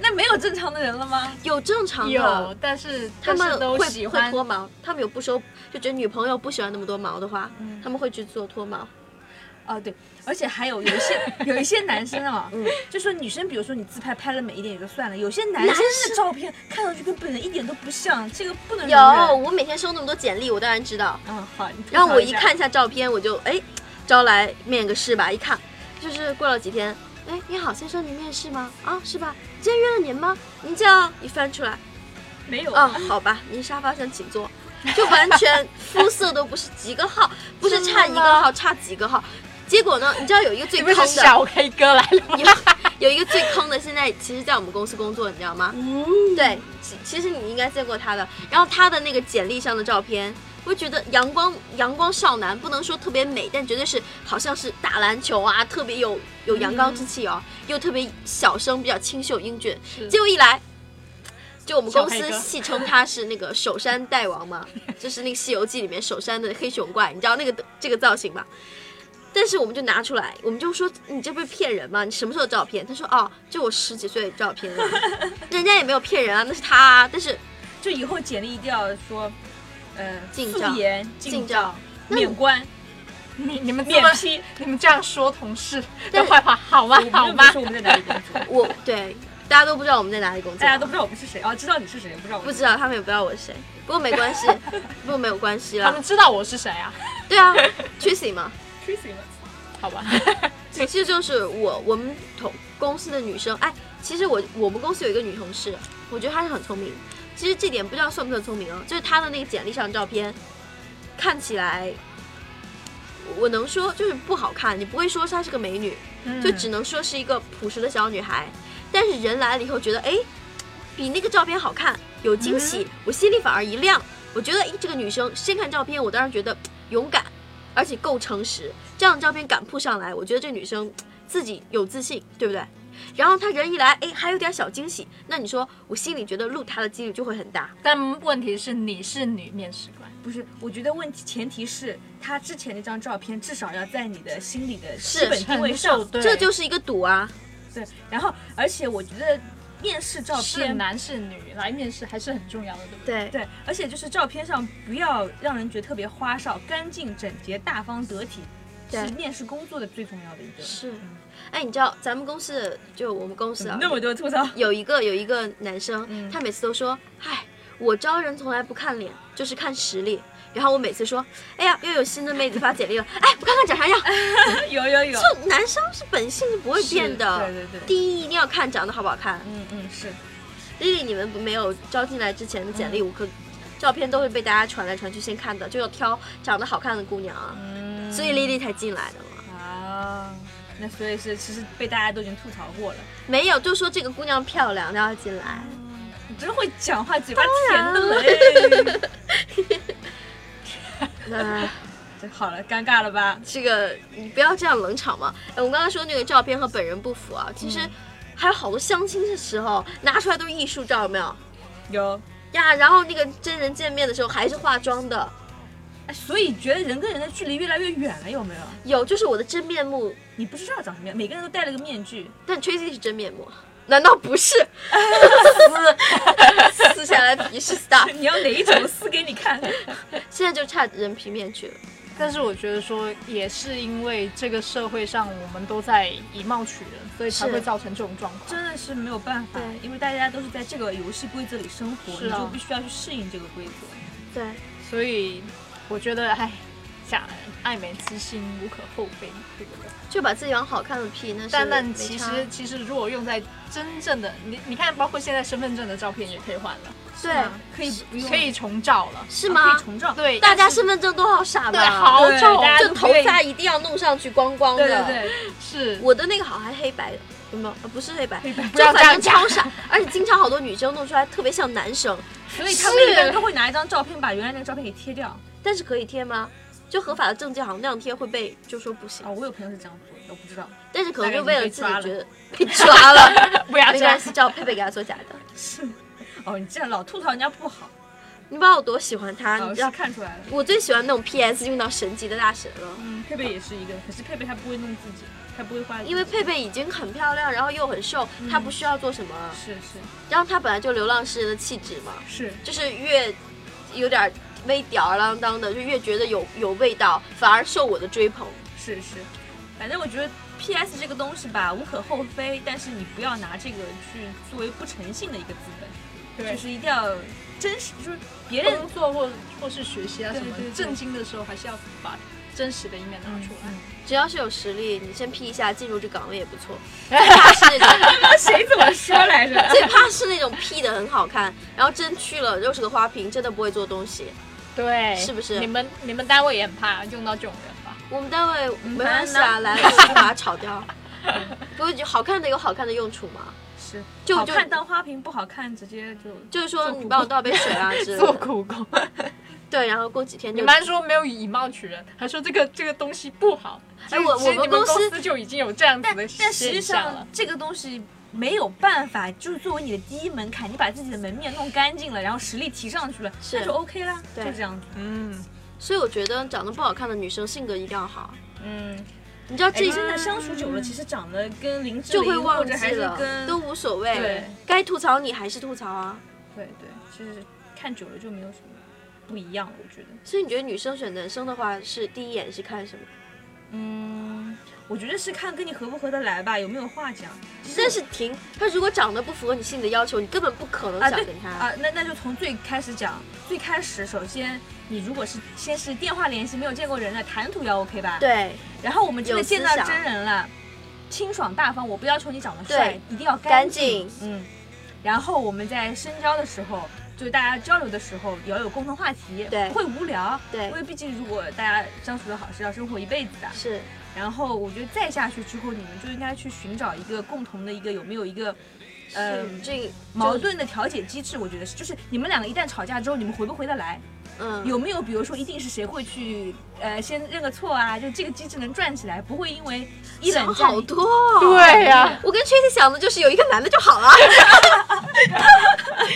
B: 那没有正常的人了吗？
A: 有正常
C: 有
A: 的，，
C: 但是
A: 他
C: 但
A: 们
C: 是都喜
A: 会会
C: 欢
A: 脱毛，他们有不收，就觉得女朋友不喜欢那么多毛的话，他们会去做脱毛，
B: 啊，对，而且还有有一 些有一些男生啊，就说女生，比如说你自拍拍了美一点也就算了，有些男生的照片看上去跟本人一点都不像，这个不能
A: 有，
B: 容忍。
A: 我每天收那么多简历，我当然知道，
B: 嗯，好，你吐槽
A: 然后我一
B: 下
A: 看一下照片，我就哎，招来面个试吧，一看，就是过了几天。哎，你好，先生，您面试吗？啊，是吧？今天约了您吗？您叫一翻出来，
B: 没有
A: 嗯，好吧，您沙发上请 坐。就完全肤色都不是几个号，不是差一个号，差几个号。结果呢，你知道有一个最
C: 你
A: 坑
C: 们是
A: 的，
C: 小 K 哥来了吗？
A: 有 有一个最坑的，现在其实在我们公司工作，你知道吗？对，其其实你应该见过他的。然后他的那个简历上的照片，我觉得阳光阳光少男不能说特别美，但绝对是好像是打篮球啊，特别有有阳刚之气哦，
C: 嗯
A: 又特别小生，比较清秀英俊。结果一来。就我们公
C: 小
A: 司
C: 黑哥
A: 戏称他是那个首山大王 嘛，就是那个《西游记》里面首山的黑熊怪，你知道那个这个造型吧？但是我们就拿出来，我们就说你这不是骗人吗？你什么时候的照片？他说哦，就我十几岁的照片啊，人家也没有骗人啊，那是他、啊。但是
B: 就以后简历一定要说，呃，
A: 近
B: 素
A: 照
B: 颜、
A: 近
B: 近
A: 照
B: 照、面 观、
C: 你你们这
B: 面
C: 么
B: 批。
C: 你们这样说同事
A: 但
C: 的坏话好吗
B: 我？们
C: 好
B: 又不
C: 吗
B: 是？说我们在哪里工作，
A: 我对大家都不知道我们在哪里工作
B: 大，家都不知道我们是谁啊，知道你是谁，不知道我
A: 不
B: 们是
A: 知道他们也不知道我是谁。不过没关 系，不过没有关系
C: 他
A: 啦
C: 们。知道我是谁啊？
A: 对啊，Tracy 嘛，
B: Tracy 吗？
C: 好吧？
A: 这就是我我们同公司的女生，哎，其实我我们公司有一个女同事，我觉得她是很聪明。其实这点不知道算不算聪明啊，就是她的那个简历上的照片，看起来，我我能说就是不好看，你不会说她是个美女，就只能说是一个朴实的小女孩。但是人来了以后，觉得哎，比那个照片好看，有惊喜，我心里反而一亮。我觉得哎，这个女生先看照片，我当时觉得勇敢，而且够诚实，这样的照片敢扑上来，我觉得这女生自己有自信，对不对？然后她人一来，哎，还有点小惊喜，那你说我心里觉得录她的几率就会很大。
C: 但问题是你是女面试官，
B: 不是，我觉得问题前提是他之前那张照片至少要在你的心里的
A: 是
B: 基本定位上
C: 承受，对
A: 这就是一个赌啊！
B: 对。然后，而且我觉得面试照
C: 是
B: 片
C: 男是女来面试还是很重要的，对不对？
A: 对，
B: 对，而且就是照片上不要让人觉得特别花哨，干净、整洁、大方、得体，
A: 对
B: 是面试工作的最重要的一个。
A: 是。哎，你知道咱们公司的就我们公司啊，
B: 嗯那么多吐 槽，
A: 有一个有一个男生，
B: 嗯
A: 他每次都说，嗨，我招人从来不看脸，就是看实力。然后我每次说，哎呀，又有新的妹子发简历了， 哎，不看看长啥样？
B: 有有有，
A: 就男生是本性是不会变的。
B: 对对对，
A: 第一，一定要看长得好不好看。
B: 嗯嗯是，
A: 丽丽，你们没有招进来之前的简历，我可照片都会被大家传来传去，先看的就要挑长得好看的姑娘啊。
B: 嗯
A: 所以丽丽才进来的嘛。
B: 啊，那所以是其实被大家都已经吐槽过了，
A: 没有，就说这个姑娘漂亮，然后进来。
B: 你真会讲话，嘴巴甜的 嘞。
A: 那。
B: 这好了，尴尬了吧？
A: 这个你不要这样冷场嘛。哎，我刚刚说那个照片和本人不符啊，其实还有好多相亲的时候拿出来都是艺术照，有没有
B: 有，
A: 呀？然后那个真人见面的时候还是化妆的，
B: 哎，所以觉得人跟人的距离越来越远了，有没有？
A: 有就是我的真面目，
B: 你不知道长什么样，每个人都戴了个面具，
A: 但 Tracy 是真面目，啊难道不是？撕撕下来皮是 star，
B: 你要哪 一种撕给你看？
A: 现在就差人皮面具了。
C: 但是我觉得说，也是因为这个社会上我们都在以貌取人，所以才
A: 是
C: 会造成这种状况。
B: 真的是没有办法
A: 对，
B: 因为大家都是在这个游戏规则里生活，
C: 是
B: 你
C: 啊
B: 就必须要去适应这个规则。
A: 对，
C: 所以我觉得，哎，讲爱美之心无可厚非，对不对？
A: 就把自己往好看的 P，那是
C: 但但
A: 没
C: 其
A: 差
C: 实其实如果用在真正的你，你看，包括现在身份证的照片也可以换了，
A: 对
B: 是吗可以不用，
C: 可以重照了。
A: 是
B: 啊
A: 吗
B: 可以？重照。
C: 对，
A: 大家
C: 但
A: 身份证都好傻吧？
C: 对好
B: 对
C: 丑，
B: 大家
A: 就
C: 就
A: 头发一定要弄上去光光的。
B: 对对对，
C: 是
A: 我的那个好像还黑白的，有没有？呃不是黑白，
C: 不
A: 就
C: 要
A: 反正
C: 这样
A: 超傻，而且经常好多女生弄出来特别像男生，
B: 所以他们一般都会拿一张照片把原来那个照片给贴掉。
A: 但是可以贴吗？就合法的证件好像那样贴会被就说不行
B: 哦，，我有朋友是这样做的，我不知道。
A: 但是可能就为了自己
B: 大概已
A: 觉得 被抓了，
C: 不要
A: 没
C: 这
A: 关
C: 样。
A: 系，叫佩佩给他做假的。
B: 哦，你这样老吐槽人家不好，
A: 你把我多喜欢他，
B: 老
A: 啊你知
B: 是
A: 道
B: 看出来了。
A: 我最喜欢那种 PS 用到神级的大神了，
B: 嗯，佩佩也是一个，可是佩佩她不会弄自己，她不会画自己，
A: 因为佩佩已经很漂亮，然后又很瘦，她不需要做什么，
B: 是是
A: 然后她本来就流浪诗人的气质嘛，
B: 是，
A: 就是越有点儿微吊儿郎当的，就越觉得有有味道，反而受我的追捧。
B: 是是，反正我觉得 P S 这个东西吧，无可厚非，但是你不要拿这个去作为不诚信的一个资本，
C: 对
B: 就是一定要真实，就是别人
C: 工作或或是学习啊什么
B: 对对对
C: 正经的时候，还是要把真实的一面拿出来。
A: 只要是有实力，你先 P 一下进入这岗位也不错。最怕是那种，
B: 谁哎怎么说来着？
A: 最怕是那种 P 的很好看，然后真去了又是个花瓶，真的不会做东西。
C: 对，
A: 是不是
C: 你们你们单位也很怕用到这种人吧？
A: 我们单位
B: 嗯
A: 没关系啊，
B: 反正呢
A: 来了我就把它炒 掉。不过就好看的有好看的用处嘛，
B: 是
A: 就
B: 好
A: 就
B: 看当花瓶，不好看直接就
A: 就是说你帮我倒杯水啊 之类
C: 做
A: 的。
C: 苦工，
A: 对，然后过几天
C: 你
A: 就
C: 们还说没有以貌取人，还说这个这个东西不好。
A: 哎
C: 其实
A: 我
C: 其实
A: 我们
C: 你们
A: 公司
C: 司就已经有这样子
B: 但
C: 的
B: 但实际
C: 现象
B: 上
C: 了，
B: 这个东西没有办法，就是作为你的第一门槛，你把自己的门面弄干净了，然后实力提上去了，
A: 是
B: 那就 OK 啦，就
A: 对
B: 这样子。
C: 嗯
A: 所以我觉得长得不好看的女生性格一定要好。
B: 嗯，
A: 你知道
B: 哎
A: 这
B: 真的相处久了，其实长得跟林志
A: 就
B: 玲
A: 会
B: 或
A: 忘
B: 者
A: 记
B: 还是
A: 了，
B: 跟
A: 都无所
B: 对
A: 谓。该吐槽你还是吐槽啊。
B: 对对，其实看久了就没有什么不一样了，我觉得。
A: 所以你觉得女生选男生的话，是第一眼是看什么？
B: 嗯，我觉得是看跟你合不合得来吧，有没有话讲。
A: 真是停，他如果长得不符合你心里的要求，你根本不可能
B: 啊，
A: 想
B: 对
A: 跟他。
B: 啊，那那就从最开始讲，最开始首先你如果是先是电话联系，没有见过人的，谈吐要 OK 吧？。
A: 对，
B: 然后我们真的
A: 有思
B: 见到
A: 想
B: 真人了，清爽大方，我不要求你长得
A: 对
B: 帅，一定要
A: 干
B: 净
A: 净。
B: 嗯。然后我们在深交的时候，就是大家交流的时候，也要有共同话题，
A: 对
B: 不会无聊，
A: 对
B: 因为毕竟如果大家相处的好，是要生活一辈子的。
A: 是
B: 然后我觉得再下去之后，你们就应该去寻找一个共同的一个有没有一个，呃，
A: 嗯，这个
B: 矛，盾的调解机制，我觉得是，就是你们两个一旦吵架之后，你们回不回得来？
A: 嗯，
B: 有没有比如说一定是谁会去呃先认个错啊？就这个机制能转起来，不会因为一冷
A: 想
B: 战
A: 好多、哦。
C: 对呀
A: 我跟 Tracy 想的就是有一个男的就好了。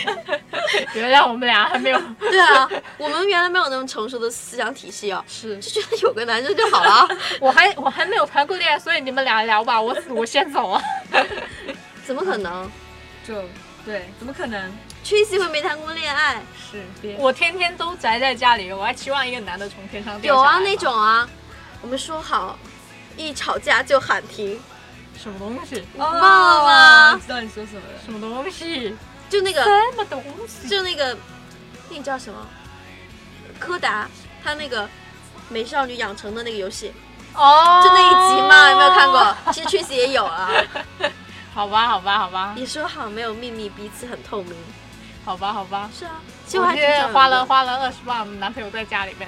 C: 原来我们俩还没有
A: 对啊，我们原来没有那么成熟的思想体系哦，
C: 是，
A: 就觉得有个男生就好了。
C: 我还我还没有谈过恋爱，所以你们俩聊吧，我死我先走啊。
A: 怎么可能
B: 就对，怎么可能
A: ？Tracy 会没谈过恋爱？
B: 是别
C: 我天天都宅在家里，我还期望一个男的从天上掉
A: 有
C: 下来
A: 啊，
C: 吗
A: 那种啊，我们说好。一吵架就喊停，
C: 什么东西，
B: 忘
A: 忘了
B: 知道你说什么了。
C: 什么东西，
A: 就那个，
C: 什么东西，
A: 就那个，那个叫什么？柯达，他那个美少女养成的那个游戏，
C: 哦，
A: 就那一集嘛，有没有看？过？其实 Tracy 也有啊，
C: 好吧，好吧，好吧，
A: 也说好没有秘密，彼此很透明。
C: 好吧，好吧。
A: 是啊，就
C: 我
A: 还
C: 今
A: 挺少
C: 天
A: 有
C: 花
A: 的
C: 了花了二十万，我们男朋友在家里 面。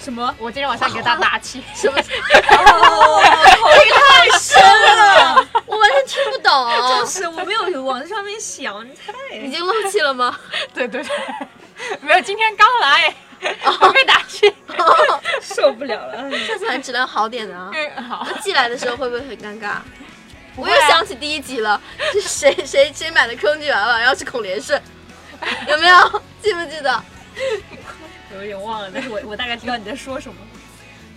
B: 什么？
C: 我今天晚上给他打气，
A: 什么？
B: 哦，
A: 太深了，我完全听不 懂。
B: 是我没有往这上面想，你太
A: 已经漏气了吗？
C: 对对对，没有，今天刚来，
A: 哦
C: 我被打气。
B: 受不了了。
A: 这才质量 好点呢。
C: 嗯，好，
A: 寄来的时候会不会很尴尬？
C: 不
A: 我
C: 会啊
A: 又想起第一集了， 是谁谁谁买的坑剧娃娃，然后是孔连顺，有没有？记不记得？
B: 有点忘了，但是我我大概知道你在说什么。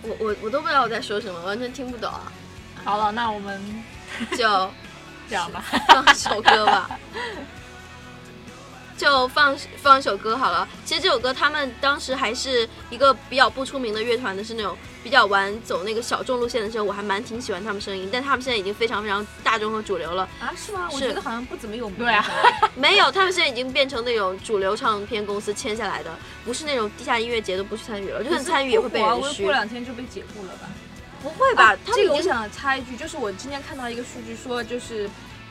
A: 我我我都不知道我在说什么，完全听不懂啊。
C: 好了，那我们
A: 就
C: 这样吧。
A: 放一首歌吧，就放放一首歌好了。其实这首歌他们当时还是一个比较不出名的乐团的，是那种比较玩走那个小众路线的时候，我还蛮挺喜欢他们声音。但他们现在已经非常非常大众和主流了，
B: 啊，是吗？我
A: 是
B: 觉得好像不怎么有名。
C: 对啊，
A: 没有，他们现在已经变成那种主流唱片公司签下来的，不是那种地下音乐节都不去参与了，就
B: 可
A: 算
B: 是
A: 参与也会
B: 不
A: 被
B: 火啊
A: 人
B: 我
A: 嘘
B: 过。两天就被解雇了吧？
A: 不会吧？他
B: 这
A: 们已
B: 个我
A: 经
B: 想插一句，就是我今天看到一个数据说，就是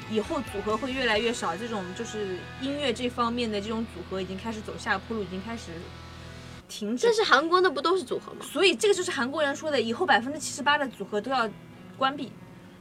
B: 以后组合会越来越少，这种就是音乐这方面的这种组合已经开始走下坡路，已经开始停止
A: 但。是韩国那不都是组合吗？
B: 所以这个就是韩国人说的，以后百分之七十八的组合都要关闭。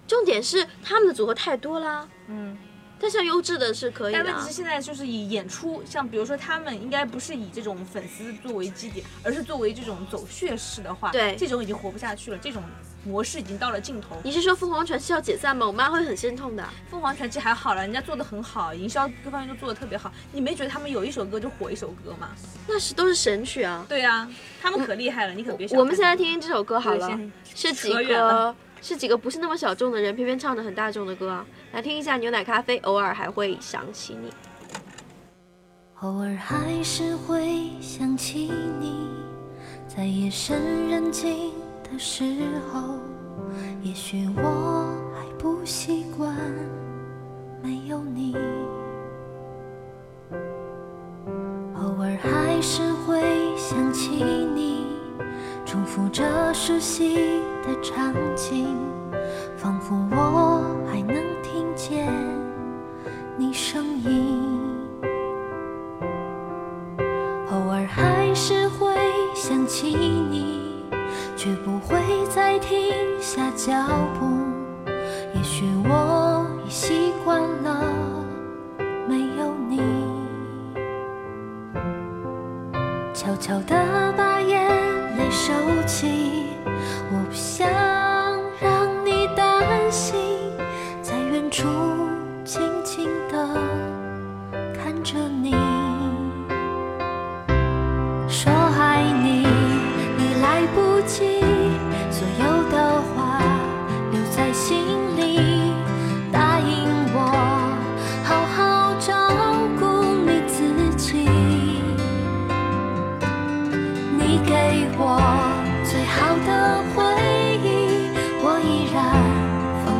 A: 重点是他们的组合太多啦。
B: 嗯，
A: 但像优质的是可以
B: 但
A: 的
B: 问
A: 啊
B: 题是，现在就是以演出，像比如说他们应该不是以这种粉丝作为基点，而是作为这种走穴式的话，
A: 对
B: 这种已经活不下去了，这种模式已经到了尽头。
A: 你是说凤凰传奇要解散吗？我妈会很心痛的。
B: 凤凰传奇还好了，人家做的很好，营销各方面都做的特别好。你没觉得他们有一首歌就火一首歌吗？
A: 那是都是神曲啊。
B: 对呀、他们可厉害了，你可别小看他们。
A: 我们现在听听这首歌好
B: 对
A: 了
B: 先，
A: 是几
B: 扯远
A: 个
B: 了
A: 是几个不是那么小众的人，偏偏唱的很大众的歌啊。来听一下牛奶咖啡，偶尔还会想起你。
G: 偶尔还是会想起你，在夜深人静的时候，也许我还不习惯没有你。偶尔还是会想起你，重复着熟悉的场景，仿佛我还能听见你声音。偶尔还是会想起你，却不会再停下脚步。也许我已习惯了没有你，悄悄地把眼泪收起，我不想让你担心，在远处静静地看着你。说爱你已来不及，所有的话留在心里。答应我，好好照顾你自己。你给我最好的回忆，我依然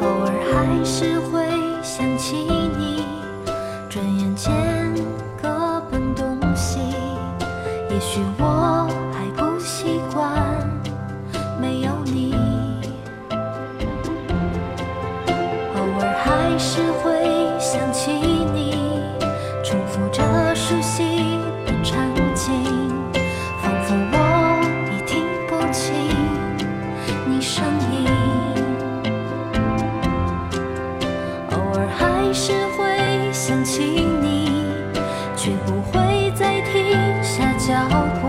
G: 偶尔还是会想起你，转眼间各奔东西。也许我还不习惯没有你，偶尔还是会想起你，重复着熟悉的场景，仿佛我已听不清你声音。偶尔还是会想起你，却不会再停下脚步。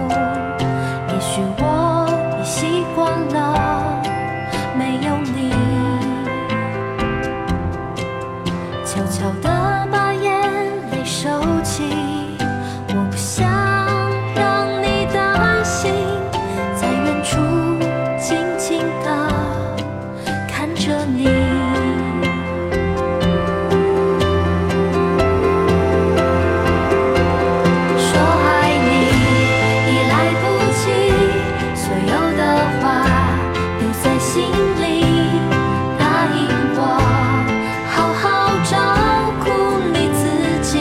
G: 也许我已习惯了没有你，悄悄地把眼泪收起。我不想让你担心，在远处静静地看着你。说爱你已来不及，所有的话留在心里。答应我，好好照顾你自己。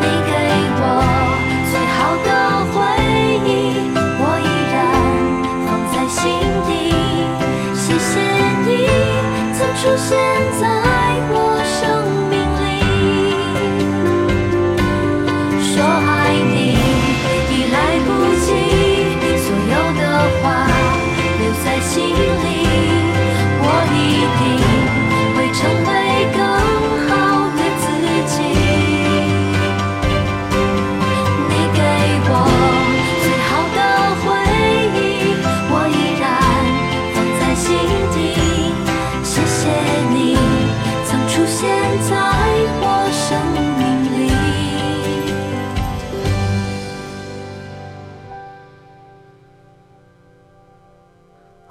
G: 你给我最好的回忆，我依然放在心底。谢谢你曾出现在我生命里。说爱你已来不及，所有的话留在心里。我一定会成为更好的自己。你给我最好的回忆，我依然放在心底。谢谢你曾出现在我生命里。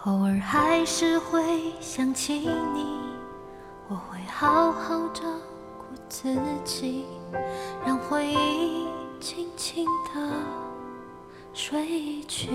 G: 偶尔还是会想起你，我会好好照顾自己，让回忆轻轻地睡去。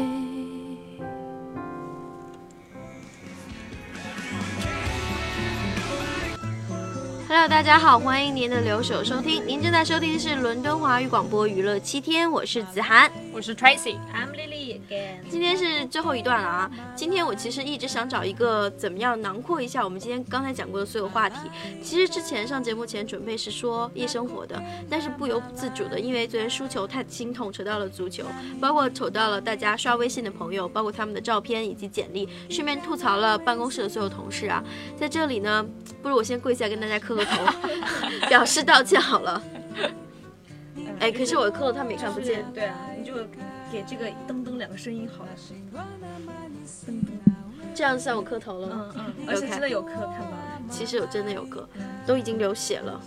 A: Hello，大家好，欢迎您的留守收听，您正在收听的是伦敦华语广播娱乐七天，我是子涵。
C: 我是 Tracy，
B: I'm Lily again。
A: 今天是最后一段了啊！今天我其实一直想找一个怎么样囊括一下我们今天刚才讲过的所有话题。其实之前上节目前准备是说夜生活的，但是不由自主的，因为昨天输球太心痛，扯到了足球，包括扯到了大家刷微信的朋友，包括他们的照片以及简历，顺便吐槽了办公室的所有同事啊。在这里呢，不如我先跪下跟大家磕个头，表示道歉好了。哎，可是我磕了，他们也看不见。
B: 嗯对啊，你就给这个噔噔两个声音好了。
A: 这样算我磕头了吗？
B: 嗯嗯，而且真的有课看到了。
A: 其实我真的有个，都已经流血了，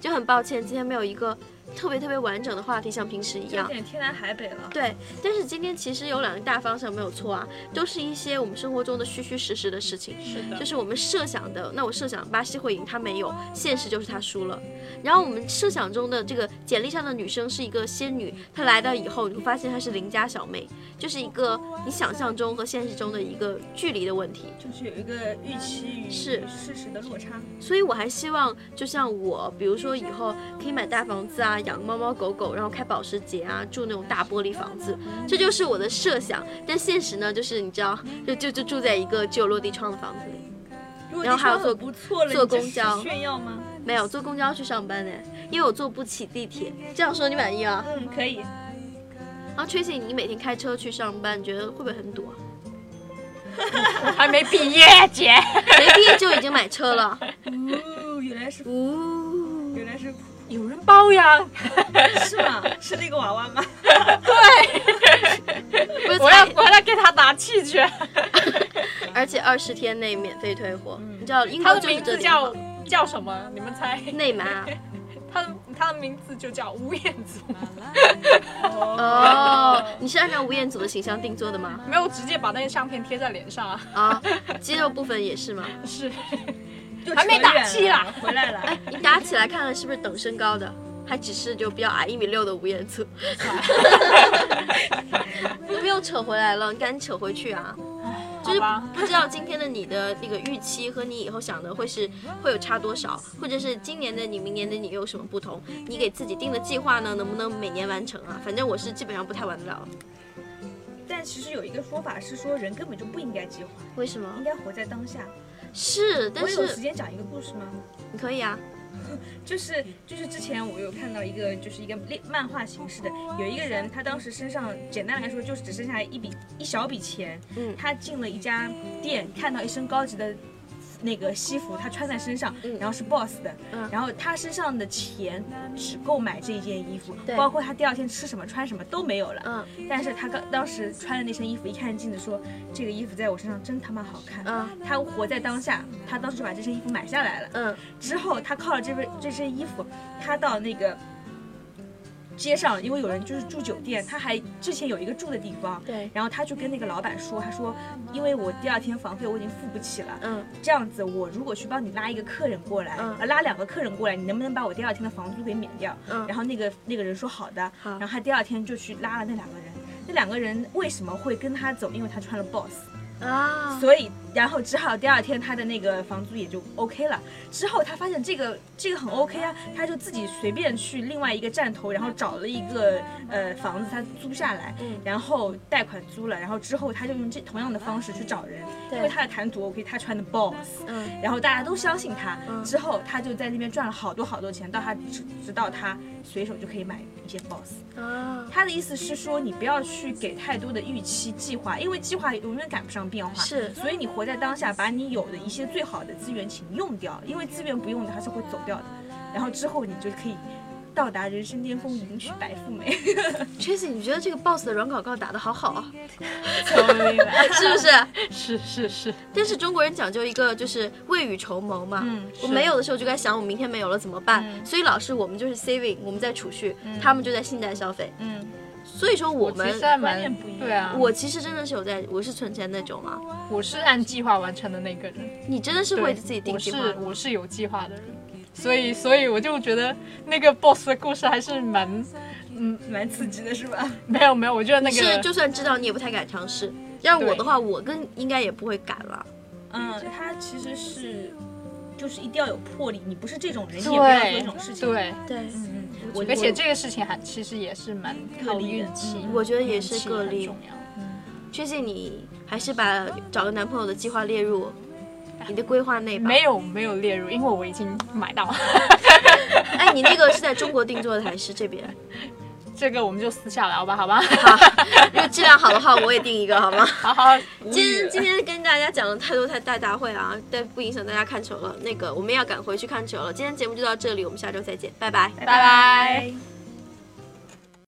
A: 就很抱歉，今天没有一个特别特别完整的话题，像平时一
B: 有
A: 样。
B: 点天南海北了。
A: 对，但是今天其实有两个大方向没有错啊，都是一些我们生活中的虚虚实实的事情。
C: 是的
A: 就，是我们设想的，那我设想巴西会赢，他没有，现实就是他输了。然后我们设想中的这个简历上的女生是一个仙女，她来到以后，你会发现她是邻家小妹，就是一个你想象中和现实中的一个距离的问题。
B: 就是有一个预期与
A: 是
B: 事实的落差。
A: 所以我还希望，就像我，比如说以后可以买大房子啊，养猫猫狗狗，然后开保时捷啊，住那种大玻璃房子，这就是我的设想。但现实呢，就是你知道，就就就住在一个只有落地窗的房子里，
B: 如果
A: 然后还有
B: 你说
A: 坐
B: 我不错了，
A: 坐
B: 你这
A: 公
B: 是
A: 交
B: 炫耀吗？
A: 没有坐公交去上班呢，因为我坐不起地铁。这样说你满意啊？
B: 嗯，可以。
A: 然后 Tracy，你每天开车去上班，你觉得会不会很 堵啊？
C: 还没毕业，姐。
A: 没毕业就已经买车 了，
B: 哦，原来是，
A: 呜、
B: 原来是，
C: 有人包养，
B: 是吗？是那个娃娃吗？
A: 不是
C: 我要
A: 才
C: 我要给他打气去。
A: 而且二十天内免费退货。你知道英
C: 嗯他
A: 国
C: 的
A: 就是
C: 名
A: 这
C: 字
A: 地方
C: 叫叫什么？你们猜？
A: 内麻。
C: 他的他的名字就叫吴彦祖，
A: 哦，你是按照吴彦祖的形象定做的吗？
C: 没有直接把那个相片贴在脸上啊，
A: 啊，肌肉部分也 是吗？
C: 是
B: 就
C: 还没
B: 扯远
C: 打气啦
B: 了，回来了。
A: 你打起来看看是不是等身高的，还只是就比较矮一米六的吴彦祖。你们又扯回来了，赶紧扯回去啊！就是
C: 好吧
A: 不知道今天的你的那个预期和你以后想的会是会有差多少，或者是今年的你、明年的你有什么不同？你给自己定的计划呢，能不能每年完成啊？反正我是基本上不太完得了。
B: 但其实有一个说法是说，人根本就不应该计划，
A: 为什
B: 应
A: 么？
B: 该活在当下。
A: 是，
B: 我
A: 但
B: 有时
A: 是
B: 间讲一个故事吗？
A: 你可以啊，
B: 就是就是之前我有看到一个就是一个漫漫画形式的，有一个人他当时身上简单来说就是只剩下一笔一小笔钱，
A: 嗯
B: 他进了一家店，看到一身高级的。那个西服他穿在身上，
A: 嗯
B: 然后是 boss 的，
A: 嗯
B: 然后他身上的钱只够买这一件衣服
A: 对，
B: 包括他第二天吃什么穿什么都没有了。
A: 嗯
B: 但是他刚当时穿的那身衣服，一看镜子说这个衣服在我身上真他妈好看。
A: 嗯
B: 他活在当下，他当时就把这身衣服买下来了。
A: 嗯
B: 之后，他靠着这份这身衣服，他到那个街上，因为有人就是住酒店，他还之前有一个住的地方，
A: 对，
B: 然后他就跟那个老板说，他说，因为我第二天房费我已经付不起了，
A: 嗯
B: 这样子我如果去帮你拉一个客人过来，
A: 嗯
B: 呃拉两个客人过来，你能不能把我第二天的房租给免掉？
A: 嗯
B: 然后那个那个人说好的，
A: 好
B: 然后他第二天就去拉了那两个人。那两个人为什么会跟他走？因为他穿了 boss。
A: 啊，
B: 所以，然后只好第二天他的那个房租也就 OK 了。之后他发现这个这个很 OK 啊，他就自己随便去另外一个站头，然后找了一个呃房子，他租下来，
A: 嗯
B: 然后贷款租了，然后之后他就用这同样的方式去找人，
A: 对
B: 因为他的谈吐 OK，他穿的 boss，
A: 嗯
B: 然后大家都相信他
A: 嗯，
B: 之后他就在那边赚了好多好多钱，到他直直到他随手就可以买一些 boss。
A: 啊，
B: 他的意思是说，你不要去给太多的预期计划，因为计划永远赶不上变化。
A: 是
B: 所以你活在当下，把你有的一些最好的资源请用掉，因为资源不用的它是会走掉的。然后之后你就可以到达人生巅峰，迎娶白富美。
A: Tracy，你觉得这个 boss 的软广告打得好好啊，
C: 是
A: 是不是？
C: 是是是，
A: 但是中国人讲究一个就是未雨绸缪嘛，
B: 嗯
A: 我没有的时候就该想我明天没有了怎么办。
C: 嗯
A: 所以老师，我们就是 saving，我们在储蓄，他们就在信贷消费。
B: 嗯，
A: 所以说我
C: 其
A: 们
C: 实还
B: 观
C: 蛮
B: 念不一样
C: 对啊，
A: 我其实真的是有在，我是存钱那种啊。
C: 我是按计划完成的那个人，
A: 你真的是
C: 对
A: 会自己定
C: 我
A: 计
C: 是
A: 划吗
C: 我是有计划的人，所以所以我就觉得那个 boss 的故事还是蛮
B: 蛮刺激的是吧？
C: 没有没有，我觉得那
A: 是
C: 个
A: 就算知道你也不太敢尝试。要我的话，我更应该也不会敢了。
B: 嗯，它其实是就是一定要有魄力，你不是这种人，你也不要做这种事
C: 对
B: 情。，
C: 对，
A: 对，
B: 嗯，我
C: 而且这个事情还其实也是蛮
A: 嗯
C: 靠运气，
A: 我觉得也
C: 运气
A: 是个
C: 嗯很
A: 例
C: 重。要。
A: 确信你还是把找个男朋友的计划列入你的规划内吧。
C: 没有没有列入，因为我已经买到了，
A: 哎，你那个是在中国定做的还是这边？
C: 这个我们就私下聊吧，好吧？
A: 如果质量好的话，我也定一个好吗？
C: 好好，嗯
A: 今今天跟大家讲了太多太大大会啊，但不影响大家看球了。那个我们要赶回去看球了。今天节目就到这里，我们下周再见，拜拜。
C: 拜拜。